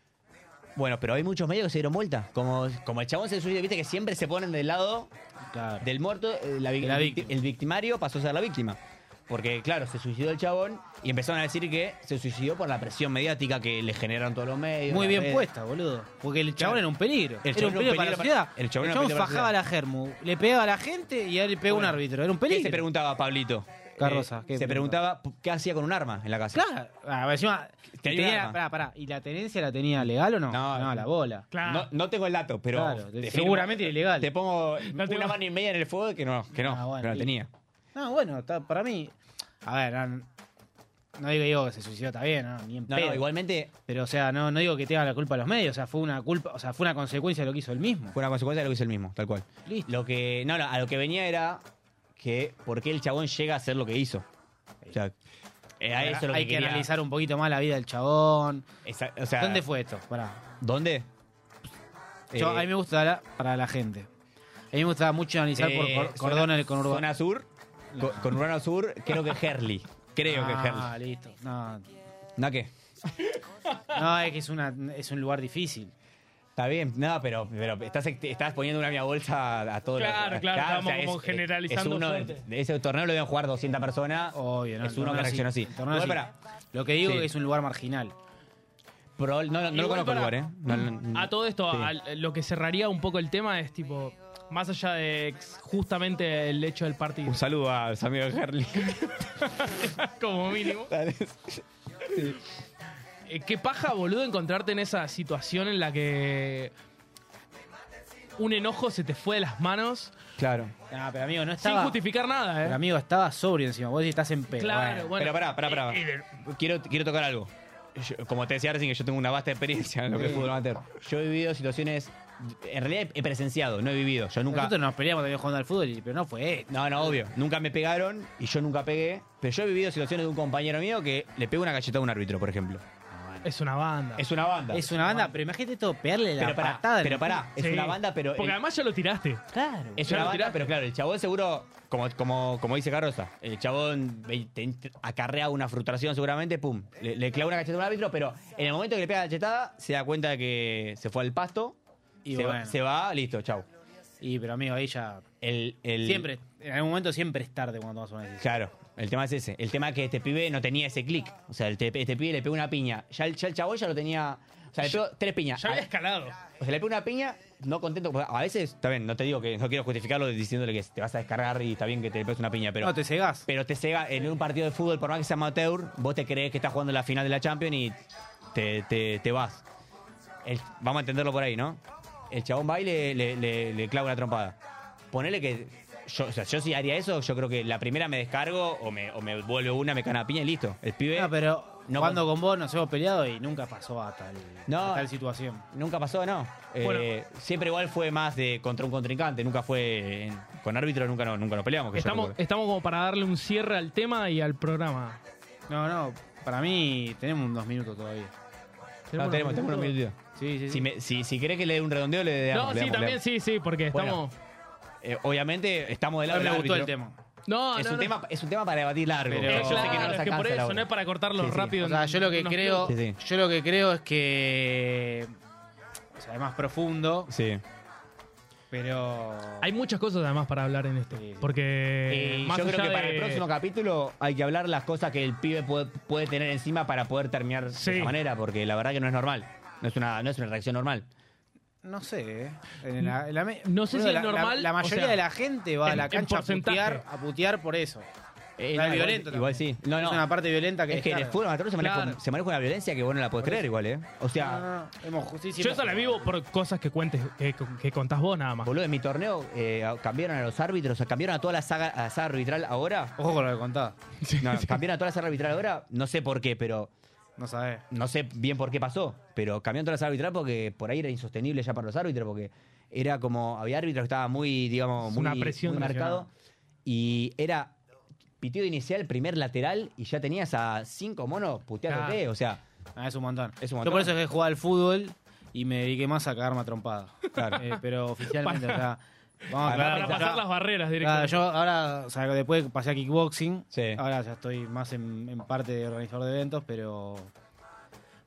[SPEAKER 5] bueno, pero hay muchos medios que se dieron vuelta. Como, como el chabón se suicida, viste que siempre se ponen del lado
[SPEAKER 3] claro.
[SPEAKER 5] del muerto, eh, la, vic-
[SPEAKER 3] La
[SPEAKER 5] el victi-
[SPEAKER 3] víctima.
[SPEAKER 5] el victimario pasó a ser la víctima. Porque, claro, se suicidó el chabón y empezaron a decir que se suicidó por la presión mediática que le generaron todos los medios.
[SPEAKER 3] Muy
[SPEAKER 5] las
[SPEAKER 3] bien
[SPEAKER 5] redes.
[SPEAKER 3] puesta, boludo. Porque el chabón
[SPEAKER 5] Claro.
[SPEAKER 3] era un peligro.
[SPEAKER 5] El
[SPEAKER 3] era un peligro para la sociedad.
[SPEAKER 5] el
[SPEAKER 3] El chabón,
[SPEAKER 5] chabón era un peligro para la
[SPEAKER 3] fajaba a
[SPEAKER 5] sociedad.
[SPEAKER 3] la Germu, le pegaba a la gente y él le pegaba a un árbitro. Era un
[SPEAKER 5] ¿Qué
[SPEAKER 3] peligro.
[SPEAKER 5] se preguntaba, Pablito?
[SPEAKER 3] Carroza,
[SPEAKER 5] Eh,
[SPEAKER 3] ¿qué
[SPEAKER 5] se preguntaba p- qué hacía con un arma en la casa.
[SPEAKER 3] Claro. Ah, encima,
[SPEAKER 5] Tenía
[SPEAKER 3] tenía-
[SPEAKER 5] un arma.
[SPEAKER 3] pará, pará. ¿Y la tenencia la tenía legal o no?
[SPEAKER 5] No.
[SPEAKER 3] la bola.
[SPEAKER 4] Claro.
[SPEAKER 5] No, no tengo el dato, pero.
[SPEAKER 3] Claro,
[SPEAKER 5] te firmo-
[SPEAKER 3] seguramente ilegal.
[SPEAKER 5] Te pongo
[SPEAKER 4] No tengo-
[SPEAKER 5] una mano y media en el fuego que no, que no,
[SPEAKER 3] Ah, bueno,
[SPEAKER 5] que no la
[SPEAKER 3] y-
[SPEAKER 5] tenía.
[SPEAKER 3] No, bueno, está- para mí. A ver, no, no digo yo que se suicidó, está bien, no, ni en
[SPEAKER 5] No,
[SPEAKER 3] pedo.
[SPEAKER 5] no, igualmente
[SPEAKER 3] Pero, o sea, no, no digo que tenga la culpa a los medios. O sea, fue una culpa, o sea, fue una consecuencia de lo que hizo él mismo.
[SPEAKER 5] Fue una consecuencia de lo que hizo el mismo, tal cual.
[SPEAKER 3] Listo.
[SPEAKER 5] Lo que. No, no, a lo que venía era que por qué el chabón llega a hacer lo que hizo. O sea, era eso lo
[SPEAKER 3] Hay
[SPEAKER 5] que,
[SPEAKER 3] que
[SPEAKER 5] quería.
[SPEAKER 3] analizar un poquito más la vida del chabón.
[SPEAKER 5] Esa- o sea,
[SPEAKER 3] ¿Dónde fue esto? Pará.
[SPEAKER 5] ¿Dónde?
[SPEAKER 3] Yo,
[SPEAKER 5] Eh,
[SPEAKER 3] a mí me gusta la- para la gente. A mí me gustaba mucho analizar
[SPEAKER 5] eh,
[SPEAKER 3] por cor-
[SPEAKER 5] zona-
[SPEAKER 3] cordón el conurbano.
[SPEAKER 5] Zona sur, co- con Urbano Sur, creo que Herley. Creo que
[SPEAKER 3] Ah,
[SPEAKER 5] Herley.
[SPEAKER 3] listo. No,
[SPEAKER 5] ¿No qué?
[SPEAKER 3] no, es que es, una, es un lugar difícil.
[SPEAKER 5] Está bien, no, pero, pero estás, estás poniendo una mía bolsa a, a todo lo-
[SPEAKER 4] Claro, claro, estábamos como
[SPEAKER 5] eh,
[SPEAKER 4] generalizando
[SPEAKER 5] es uno-
[SPEAKER 4] fuerte.
[SPEAKER 5] de ese torneo lo deben jugar 200 personas.
[SPEAKER 3] Obvio, ¿no?
[SPEAKER 5] Es
[SPEAKER 3] El
[SPEAKER 5] uno que
[SPEAKER 3] torneo
[SPEAKER 5] reacciona
[SPEAKER 3] sí.
[SPEAKER 5] así.
[SPEAKER 3] El torneo
[SPEAKER 5] Igual
[SPEAKER 3] sí.
[SPEAKER 5] para-
[SPEAKER 3] Lo que digo
[SPEAKER 5] Sí.
[SPEAKER 3] es que es un lugar marginal.
[SPEAKER 5] Probable- no, no lo
[SPEAKER 4] Igual
[SPEAKER 5] conozco el lugar,
[SPEAKER 4] para-
[SPEAKER 5] ¿eh? No- no-
[SPEAKER 4] A todo esto,
[SPEAKER 5] sí.
[SPEAKER 4] al- lo que cerraría un poco el tema es tipo, más allá de ex- justamente el hecho del partido,
[SPEAKER 5] Un saludo a los amigos de Herley.
[SPEAKER 4] como mínimo. Eh, Qué paja, boludo, encontrarte en esa situación en la que un enojo se te fue de las manos
[SPEAKER 5] claro.
[SPEAKER 3] No, pero amigo, no estaba.
[SPEAKER 4] sin justificar nada, ¿eh?
[SPEAKER 3] pero amigo, estaba sobrio encima. Vos decís, estás en pedo. Bueno.
[SPEAKER 4] claro, bueno.
[SPEAKER 5] Pero pará, pará, pará.
[SPEAKER 4] Eh, eh, de-
[SPEAKER 5] Quiero, quiero tocar algo. Yo- como te decía recién, que yo tengo una vasta experiencia en lo que es fútbol amateur. Yo he vivido situaciones. En realidad he presenciado, no he vivido. Yo nunca.
[SPEAKER 3] Nosotros nos peleamos también jugando al fútbol, y- pero no fue esto.
[SPEAKER 5] No, no, obvio. Nunca me pegaron y yo nunca pegué. Pero yo he vivido situaciones de un compañero mío que le pegó una galletada a un árbitro, por ejemplo.
[SPEAKER 4] Es una banda.
[SPEAKER 5] Es una banda.
[SPEAKER 3] Es una banda, pero imagínate todo pegarle la
[SPEAKER 5] pero pará,
[SPEAKER 3] patada. en
[SPEAKER 5] pero
[SPEAKER 3] el-
[SPEAKER 5] pará. Es
[SPEAKER 4] Sí.
[SPEAKER 5] una banda, pero.
[SPEAKER 4] Porque
[SPEAKER 5] el-
[SPEAKER 4] además ya lo tiraste.
[SPEAKER 3] Claro.
[SPEAKER 5] Es
[SPEAKER 4] Ya
[SPEAKER 5] una
[SPEAKER 4] lo
[SPEAKER 5] banda,
[SPEAKER 4] tiraste.
[SPEAKER 5] pero claro, el chabón seguro, como, como, como dice Carroza, el chabón ve- te- te- acarrea una frustración seguramente, pum, le, le clava una cachetada al árbitro, pero en el momento que le pega la cachetada, se da cuenta de que se fue al pasto,
[SPEAKER 3] Y
[SPEAKER 5] se, va-
[SPEAKER 3] bueno.
[SPEAKER 5] se va, listo, chau.
[SPEAKER 3] Y, pero amigo, ahí ya.
[SPEAKER 5] El, el-
[SPEAKER 3] Siempre, en algún momento siempre es tarde cuando tomas una decisión.
[SPEAKER 5] Claro, el tema es ese. El tema es que este pibe no tenía ese clic. O sea, el te- este pibe le pegó una piña. Ya el, ya el chabón ya lo tenía. O sea, le pegó tres piñas.
[SPEAKER 4] Ya había
[SPEAKER 5] A-
[SPEAKER 4] escalado.
[SPEAKER 5] O sea, le pego una piña, no contento. porque A veces, está bien, no te digo que no quiero justificarlo diciéndole que te vas a descargar y está bien que te le pegues una piña, pero.
[SPEAKER 3] No te cegás.
[SPEAKER 5] Pero te cega en un partido de fútbol, por más que sea amateur, vos te crees que estás jugando la final de la Champions y te, te- te vas. El- vamos a entenderlo por ahí, ¿no? El chabón va y le, le- le- le clava una trompada. Ponele que. Yo, o sea, yo si haría eso, yo creo que la primera me descargo o me, o me vuelvo una, me cana piña y listo. El pibe.
[SPEAKER 3] No, pero
[SPEAKER 5] No
[SPEAKER 3] jugando con vos nos hemos peleado y nunca pasó a tal,
[SPEAKER 5] No.
[SPEAKER 3] a tal situación.
[SPEAKER 5] Nunca pasó, ¿no? Eh,
[SPEAKER 4] Bueno.
[SPEAKER 5] Siempre igual fue más de contra un contrincante, nunca fue eh, con árbitro, nunca, no, nunca nos peleamos. que yo
[SPEAKER 4] Estamos,
[SPEAKER 5] recuerde.
[SPEAKER 4] estamos como para darle un cierre al tema y al programa.
[SPEAKER 3] No, no, para mí tenemos unos minutos todavía.
[SPEAKER 5] No, Ah, tenemos, tenemos unos minutitos.
[SPEAKER 3] Sí, sí, sí.
[SPEAKER 5] Si, me- si, si querés que le dé un redondeo, le
[SPEAKER 4] No,
[SPEAKER 5] damos.
[SPEAKER 4] sí,
[SPEAKER 5] le damos, le
[SPEAKER 4] también
[SPEAKER 5] damos.
[SPEAKER 4] sí, sí, porque
[SPEAKER 5] Bueno.
[SPEAKER 4] estamos.
[SPEAKER 5] Eh, obviamente estamos del
[SPEAKER 3] No
[SPEAKER 5] lado
[SPEAKER 3] me
[SPEAKER 5] del
[SPEAKER 3] gustó el
[SPEAKER 5] árbitro.
[SPEAKER 3] tema.
[SPEAKER 4] No,
[SPEAKER 5] Es,
[SPEAKER 4] no,
[SPEAKER 5] un
[SPEAKER 4] no.
[SPEAKER 5] Tema, es un tema para debatir largo.
[SPEAKER 3] Pero-
[SPEAKER 5] Eh, yo sé que no
[SPEAKER 4] Claro,
[SPEAKER 5] nos
[SPEAKER 4] es que por
[SPEAKER 5] alcanza la
[SPEAKER 4] eso,
[SPEAKER 5] hora.
[SPEAKER 4] no es para cortarlo
[SPEAKER 5] Sí, sí.
[SPEAKER 4] rápido.
[SPEAKER 3] O sea,
[SPEAKER 4] en
[SPEAKER 3] yo lo que
[SPEAKER 4] unos
[SPEAKER 3] creo,
[SPEAKER 5] Sí, sí.
[SPEAKER 3] yo lo que creo es que o sea, es más profundo,
[SPEAKER 5] Sí.
[SPEAKER 3] pero
[SPEAKER 4] Hay muchas cosas además para hablar en esto.
[SPEAKER 3] Sí, sí.
[SPEAKER 4] Porque eh,
[SPEAKER 5] Y
[SPEAKER 4] más
[SPEAKER 5] Eh, yo creo
[SPEAKER 4] allá
[SPEAKER 5] que para
[SPEAKER 4] de-
[SPEAKER 5] el próximo capítulo hay que hablar las cosas que el pibe puede, puede tener encima para poder terminar
[SPEAKER 4] Sí.
[SPEAKER 5] de esa manera, porque la verdad que no es normal. No es una, no es una reacción normal.
[SPEAKER 3] no sé. eh. En la- en la me-
[SPEAKER 4] No sé si
[SPEAKER 3] boludo,
[SPEAKER 4] es
[SPEAKER 3] la- la-
[SPEAKER 4] normal,
[SPEAKER 3] La,
[SPEAKER 4] o
[SPEAKER 3] mayoría
[SPEAKER 4] sea,
[SPEAKER 3] de la gente va a
[SPEAKER 4] en-
[SPEAKER 3] la
[SPEAKER 4] en
[SPEAKER 3] cancha a
[SPEAKER 4] porcentaje.
[SPEAKER 3] putear, a putear por eso.
[SPEAKER 5] Eh,
[SPEAKER 3] Está
[SPEAKER 5] no,
[SPEAKER 3] violento
[SPEAKER 5] Igual, igual sí.
[SPEAKER 3] también.
[SPEAKER 5] No, no.
[SPEAKER 3] Es una parte violenta que
[SPEAKER 5] es que en el
[SPEAKER 3] descarga.
[SPEAKER 5] fútbol amateur se maneja,
[SPEAKER 4] Claro.
[SPEAKER 5] se maneja una violencia que vos no la podés creer igual, ¿eh? O
[SPEAKER 3] No,
[SPEAKER 5] sea,
[SPEAKER 3] no, no. Hemos ju- sí, sí,
[SPEAKER 4] Yo
[SPEAKER 3] hemos
[SPEAKER 4] esa la
[SPEAKER 3] jugado.
[SPEAKER 4] vivo por cosas que cuentes, que, que contás vos nada más.
[SPEAKER 5] boludo, en mi torneo eh, cambiaron a los árbitros, o sea, cambiaron a toda la saga, a la saga arbitral ahora.
[SPEAKER 3] Ojo con lo que contás.
[SPEAKER 5] No, cambiaron a toda la saga arbitral ahora, no sé por qué, pero
[SPEAKER 3] No sabés.
[SPEAKER 5] no sé bien por qué pasó, pero cambiaron todas las árbitras porque por ahí era insostenible ya para los árbitros, porque era como, había árbitros que estaba muy, digamos,
[SPEAKER 4] Es
[SPEAKER 5] muy,
[SPEAKER 4] una presión
[SPEAKER 5] muy marcado. Y era pitido inicial, primer lateral, y ya tenías a cinco monos puteándote,
[SPEAKER 4] Claro.
[SPEAKER 5] o sea,
[SPEAKER 3] Ah, es un montón.
[SPEAKER 5] Es un
[SPEAKER 3] Yo
[SPEAKER 5] montón.
[SPEAKER 3] por eso dejé de jugar al fútbol y me dediqué más a cagarme a trompada.
[SPEAKER 5] Claro.
[SPEAKER 3] Eh, pero oficialmente, o sea, vamos a
[SPEAKER 5] Para-
[SPEAKER 3] aclarar,
[SPEAKER 4] para
[SPEAKER 3] o sea,
[SPEAKER 4] pasar las barreras
[SPEAKER 3] Claro,
[SPEAKER 4] directamente.
[SPEAKER 3] yo ahora, o sea, después pasé a kickboxing.
[SPEAKER 5] Sí.
[SPEAKER 3] Ahora ya estoy más en, en parte de organizador de eventos, pero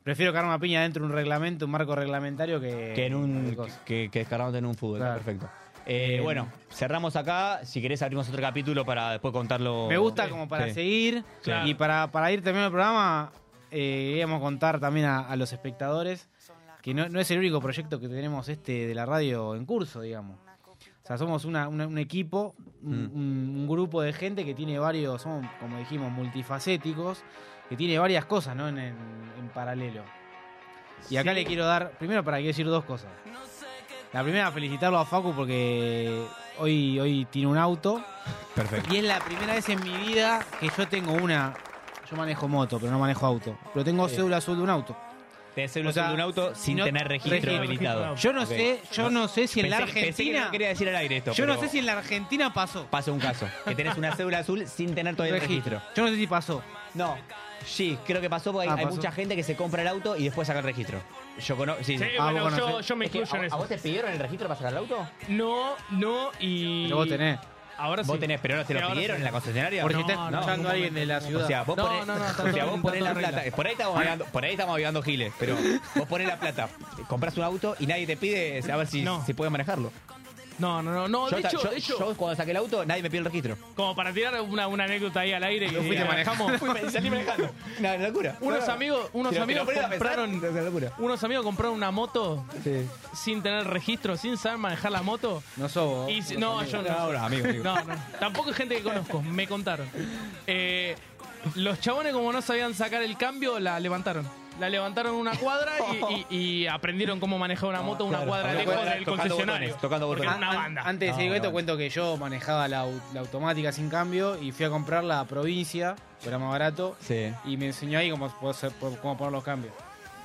[SPEAKER 3] prefiero cagarme a piña dentro de un reglamento, un marco reglamentario que,
[SPEAKER 5] que en
[SPEAKER 3] cualquier
[SPEAKER 5] un
[SPEAKER 3] cosa.
[SPEAKER 5] que, que descargándote en un fútbol, está
[SPEAKER 3] Claro.
[SPEAKER 5] perfecto. Eh,
[SPEAKER 3] Eh,
[SPEAKER 5] bueno, cerramos acá. Si querés abrimos otro capítulo para después contarlo.
[SPEAKER 3] Me gusta como para
[SPEAKER 5] Sí.
[SPEAKER 3] seguir
[SPEAKER 4] Claro.
[SPEAKER 3] y para, para ir terminando el programa, eh, queríamos contar también a, a los espectadores que no, no es el único proyecto que tenemos este de la radio en curso, digamos. O sea, somos una- una- un equipo, un,
[SPEAKER 5] Mm.
[SPEAKER 3] un- un grupo de gente que tiene varios, somos, como dijimos, multifacéticos, que tiene varias cosas ¿no? en, en- en paralelo. Y acá le quiero dar, primero para que decir dos cosas. La primera, felicitarlo a Facu porque hoy, hoy tiene un auto.
[SPEAKER 5] Perfecto.
[SPEAKER 3] Y es la primera vez en mi vida que yo tengo una. Yo manejo moto, pero no manejo auto. Pero tengo
[SPEAKER 5] Sí.
[SPEAKER 3] cédula azul de un auto.
[SPEAKER 5] Te celular
[SPEAKER 3] O sea,
[SPEAKER 5] de un auto sin
[SPEAKER 3] no-
[SPEAKER 5] tener registro,
[SPEAKER 3] registro.
[SPEAKER 5] habilitado.
[SPEAKER 3] Yo no
[SPEAKER 5] Ok.
[SPEAKER 3] sé, yo no sé si en la
[SPEAKER 5] Pensé que- pensé que
[SPEAKER 3] Argentina.
[SPEAKER 5] no quería decir al aire esto.
[SPEAKER 3] Yo no
[SPEAKER 5] pero
[SPEAKER 3] sé si en la Argentina pasó.
[SPEAKER 5] Pasa un caso. Que tenés una cédula azul sin tener todavía el registro.
[SPEAKER 3] Yo no sé si pasó.
[SPEAKER 5] No. Sí, creo que pasó porque hay,
[SPEAKER 3] Ah,
[SPEAKER 5] hay
[SPEAKER 3] pasó.
[SPEAKER 5] mucha gente que se compra el auto y después saca el registro. Yo conozco. Sí,
[SPEAKER 4] Sí,
[SPEAKER 5] sí.
[SPEAKER 3] Ah,
[SPEAKER 4] bueno,
[SPEAKER 3] vos
[SPEAKER 4] yo,
[SPEAKER 3] conocés.
[SPEAKER 4] yo me
[SPEAKER 5] Es que,
[SPEAKER 4] incluyo en
[SPEAKER 5] ¿a, a vos
[SPEAKER 4] eso.
[SPEAKER 5] te pidieron el registro para sacar el auto?
[SPEAKER 4] No, no y.
[SPEAKER 3] Pero vos tenés.
[SPEAKER 4] Ahora sí.
[SPEAKER 5] Vos tenés, pero no te
[SPEAKER 4] Sí,
[SPEAKER 5] lo
[SPEAKER 4] ahora
[SPEAKER 5] pidieron
[SPEAKER 4] sí.
[SPEAKER 5] en la concesionaria.
[SPEAKER 3] Porque
[SPEAKER 4] No,
[SPEAKER 3] está
[SPEAKER 4] no,
[SPEAKER 3] escuchando
[SPEAKER 4] ningún
[SPEAKER 3] alguien de la ciudad.
[SPEAKER 5] O sea, vos
[SPEAKER 4] No, no,
[SPEAKER 5] ponés,
[SPEAKER 4] no, está
[SPEAKER 5] o sea,
[SPEAKER 4] todo-
[SPEAKER 5] vos ponés
[SPEAKER 4] está
[SPEAKER 5] la
[SPEAKER 4] todo
[SPEAKER 5] plata.
[SPEAKER 4] arreglado.
[SPEAKER 5] Por ahí estamos avivando, por ahí estamos avivando giles, pero vos ponés la plata, compras un auto y nadie te pide a ver si,
[SPEAKER 4] No.
[SPEAKER 5] si puede manejarlo.
[SPEAKER 4] No, no, no, no.
[SPEAKER 5] yo,
[SPEAKER 4] de
[SPEAKER 5] ta-
[SPEAKER 4] hecho,
[SPEAKER 5] yo-
[SPEAKER 4] de hecho,
[SPEAKER 5] yo cuando saqué el auto, nadie me pidió el registro.
[SPEAKER 4] como para tirar una, una anécdota ahí al aire que
[SPEAKER 3] fuiste
[SPEAKER 4] manejamos.
[SPEAKER 5] Fui- salí manejando. Una locura.
[SPEAKER 4] Unos
[SPEAKER 5] No, no.
[SPEAKER 4] amigos, unos
[SPEAKER 5] Si lo- si lo
[SPEAKER 4] amigos
[SPEAKER 5] ponés a pensar,
[SPEAKER 4] compraron.
[SPEAKER 5] es una locura.
[SPEAKER 4] Unos amigos compraron una moto sin tener registro, sin saber manejar la moto.
[SPEAKER 3] No sos vos.
[SPEAKER 4] Y si- no, yo no.
[SPEAKER 5] No, no, amigo, amigo.
[SPEAKER 4] No, no. Tampoco es gente que conozco, me contaron. Eh, los chabones, como no sabían sacar el cambio, la levantaron. La levantaron una cuadra y, y- y aprendieron cómo manejar una moto una
[SPEAKER 5] claro.
[SPEAKER 4] cuadra
[SPEAKER 5] Una
[SPEAKER 4] lejos
[SPEAKER 5] cuadra
[SPEAKER 4] del
[SPEAKER 5] tocando
[SPEAKER 4] concesionario.
[SPEAKER 5] botones, tocando
[SPEAKER 4] porque era
[SPEAKER 5] botones.
[SPEAKER 4] una
[SPEAKER 3] An-
[SPEAKER 4] banda.
[SPEAKER 3] Antes de
[SPEAKER 5] No,
[SPEAKER 3] seguir
[SPEAKER 5] una
[SPEAKER 3] esto,
[SPEAKER 5] banda.
[SPEAKER 3] cuento que yo manejaba la, au- la automática sin cambio y fui a comprar la provincia, que era más barato,
[SPEAKER 5] Sí.
[SPEAKER 3] y me enseñó ahí cómo, puedo hacer- cómo poner los cambios.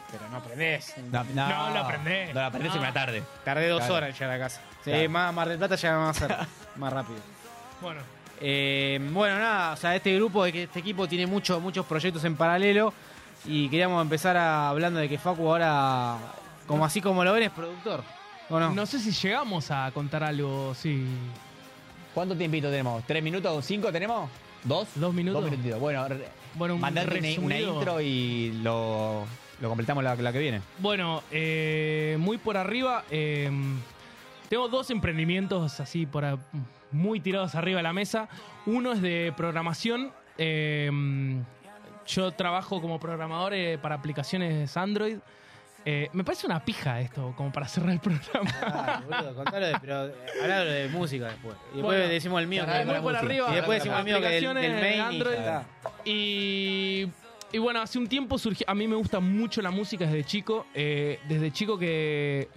[SPEAKER 3] Pero no aprendés.
[SPEAKER 5] No,
[SPEAKER 4] No, lo aprendés.
[SPEAKER 5] No lo aprendés en
[SPEAKER 4] No.
[SPEAKER 5] una tarde.
[SPEAKER 3] Tardé dos
[SPEAKER 5] Claro.
[SPEAKER 3] horas en llegar a casa. Sí,
[SPEAKER 5] Claro.
[SPEAKER 3] más Mar del Plata llegaba más cerca, más rápido.
[SPEAKER 4] Bueno,
[SPEAKER 3] Eh, bueno, nada, o sea, este grupo, este equipo tiene muchos muchos proyectos en paralelo y queríamos empezar a- hablando de que Facu ahora, como así como lo ven, es productor. ¿O no?
[SPEAKER 4] no sé si llegamos a contar algo, sí.
[SPEAKER 5] ¿Cuánto tiempito tenemos? ¿Tres minutos? ¿Cinco tenemos? ¿Dos?
[SPEAKER 4] ¿Dos minutos?
[SPEAKER 5] Dos minutitos. Bueno, re-
[SPEAKER 4] Bueno, un
[SPEAKER 5] mandate una- una
[SPEAKER 4] resumido.
[SPEAKER 5] intro y lo, lo completamos la, la que viene.
[SPEAKER 4] Bueno, eh, muy por arriba. eh, tengo dos emprendimientos así por a- muy tirados arriba de la mesa. Uno es de programación. eh, yo trabajo como programador eh, para aplicaciones Android. Eh, me parece una pija esto, como para cerrar el programa.
[SPEAKER 3] Claro, boludo, contalo de, pero eh, hablalo de música después. Y después
[SPEAKER 4] Bueno.
[SPEAKER 3] decimos el mío.
[SPEAKER 5] Ah,
[SPEAKER 3] que-
[SPEAKER 4] muy por arriba.
[SPEAKER 3] y después decimos el mío que del,
[SPEAKER 4] Aplicaciones
[SPEAKER 3] del main. y ya
[SPEAKER 4] Android.
[SPEAKER 3] está.
[SPEAKER 4] Y, y bueno, hace un tiempo surgió. A mí me gusta mucho la música desde chico. eh, desde chico que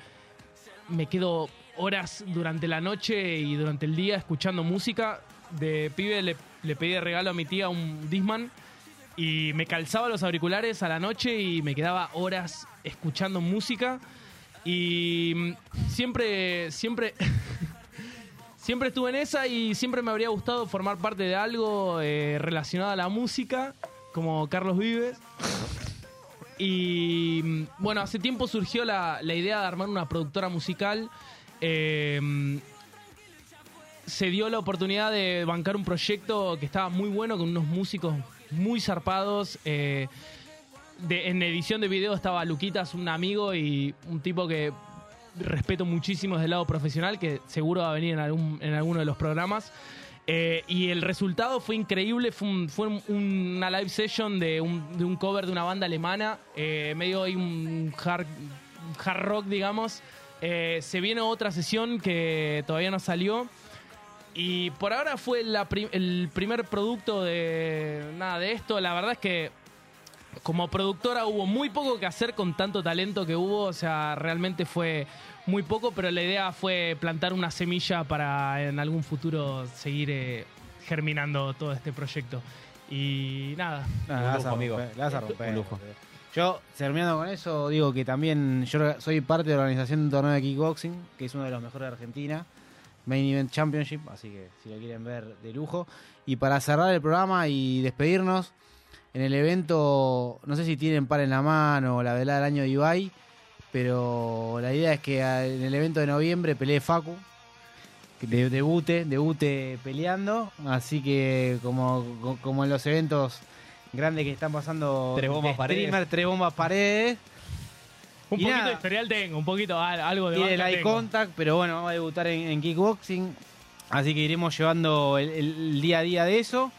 [SPEAKER 4] me quedo horas durante la noche y durante el día escuchando música. De pibe le, le pedí de regalo a mi tía un Disman. Y me calzaba los auriculares a la noche y me quedaba horas escuchando música. Y mm, siempre, siempre, siempre estuve en esa y siempre me habría gustado formar parte de algo eh, relacionado a la música, como Carlos Vives. Y mm, bueno, hace tiempo surgió la, la idea de armar una productora musical. Eh, se dio la oportunidad de bancar un proyecto que estaba muy bueno con unos músicos muy zarpados. eh, de- en edición de video estaba Luquitas, un amigo y un tipo que respeto muchísimo desde el lado profesional, que seguro va a venir en, algún- en alguno de los programas. Eh, y el resultado fue increíble, fue, un- fue un- una live session de un, de un cover de una banda alemana, eh, medio hay un hard, hard rock, digamos. Eh, se viene otra sesión que todavía no salió. Y por ahora fue la pri- el primer producto de nada de esto. La verdad es que como productora hubo muy poco que hacer con tanto talento que hubo. O sea, realmente fue muy poco, pero la idea fue plantar una semilla para en algún futuro seguir eh, germinando todo este proyecto. Y nada.
[SPEAKER 3] No, la Ah, vas a
[SPEAKER 5] lujo, amigo.
[SPEAKER 3] romper, la vas a romper.
[SPEAKER 5] Un lujo.
[SPEAKER 3] Yo, terminando con eso, digo que también yo soy parte de la organización de un torneo de kickboxing, que es uno de los mejores de Argentina, Main Event Championship, así que si lo quieren ver, de lujo. Y para cerrar el programa y despedirnos, en el evento, no sé si tienen par en la mano o la velada del año de Ibai, pero la idea es que a- en el evento de noviembre pelee Facu, que de- debute, debute peleando, así que como, co- como en los eventos grandes que están pasando,
[SPEAKER 5] Tres bombas
[SPEAKER 3] de
[SPEAKER 5] paredes.
[SPEAKER 3] streamer, tres bombas paredes,
[SPEAKER 4] Un
[SPEAKER 3] Y
[SPEAKER 4] poquito
[SPEAKER 3] nada.
[SPEAKER 4] de historial tengo, un poquito ah, algo de
[SPEAKER 3] tiene el
[SPEAKER 4] banca
[SPEAKER 3] eye
[SPEAKER 4] tengo.
[SPEAKER 3] contact, pero bueno, vamos a debutar en, en kickboxing, así que iremos llevando el, el día a día de eso.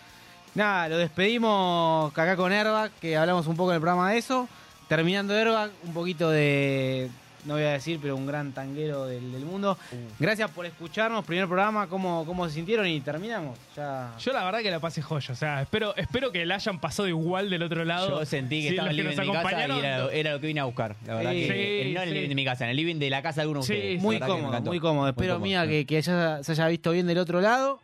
[SPEAKER 3] Nada, lo despedimos acá con Airbag, que hablamos un poco en el programa de eso. Terminando Airbag, un poquito de, no voy a decir, pero un gran tanguero del, del mundo. Gracias por escucharnos, primer programa, cómo, cómo se sintieron y terminamos. Ya.
[SPEAKER 4] Yo la verdad que la pasé joya, o sea, espero, espero que la hayan pasado igual del otro lado.
[SPEAKER 5] Yo sentí que
[SPEAKER 4] Oh. Sí,
[SPEAKER 5] estaba
[SPEAKER 4] los
[SPEAKER 5] en el
[SPEAKER 4] nos
[SPEAKER 5] living de mi casa y
[SPEAKER 4] acompañaron,
[SPEAKER 5] era, era lo que vine a buscar. La verdad
[SPEAKER 3] Sí,
[SPEAKER 5] que
[SPEAKER 4] sí,
[SPEAKER 5] no en el
[SPEAKER 4] sí.
[SPEAKER 5] living de mi casa, en el living de la casa de alguno de
[SPEAKER 4] Sí,
[SPEAKER 5] ustedes.
[SPEAKER 3] Muy
[SPEAKER 5] La verdad que me
[SPEAKER 3] cómodo,
[SPEAKER 5] encantó.
[SPEAKER 3] muy cómodo. Espero,
[SPEAKER 5] cómodo,
[SPEAKER 3] mía,
[SPEAKER 5] sí.
[SPEAKER 3] que, que haya- se haya visto bien del otro lado.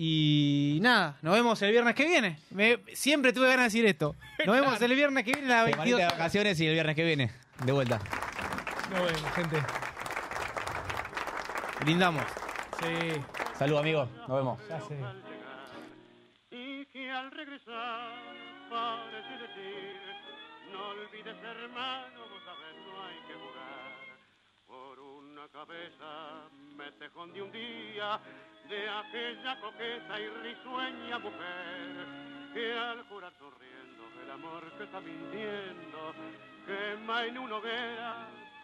[SPEAKER 3] Y nada, nos vemos el viernes que viene. Me- siempre tuve ganas de decir esto. Nos vemos el viernes que viene a
[SPEAKER 5] Te
[SPEAKER 3] las
[SPEAKER 5] manita
[SPEAKER 3] 22.
[SPEAKER 5] de vacaciones y el viernes que viene, de vuelta.
[SPEAKER 4] Nos vemos, gente.
[SPEAKER 3] Brindamos.
[SPEAKER 4] Sí,
[SPEAKER 5] Salud, amigos. Nos vemos.
[SPEAKER 4] ya sé.
[SPEAKER 8] y que al regresar parece decir, no olvides hermano, vos sabes, no hay que jugar. Por una cabeza me tejón de un día de aquella coqueta y risueña mujer que al jurar sonriendo el amor que está mintiendo quema en una hoguera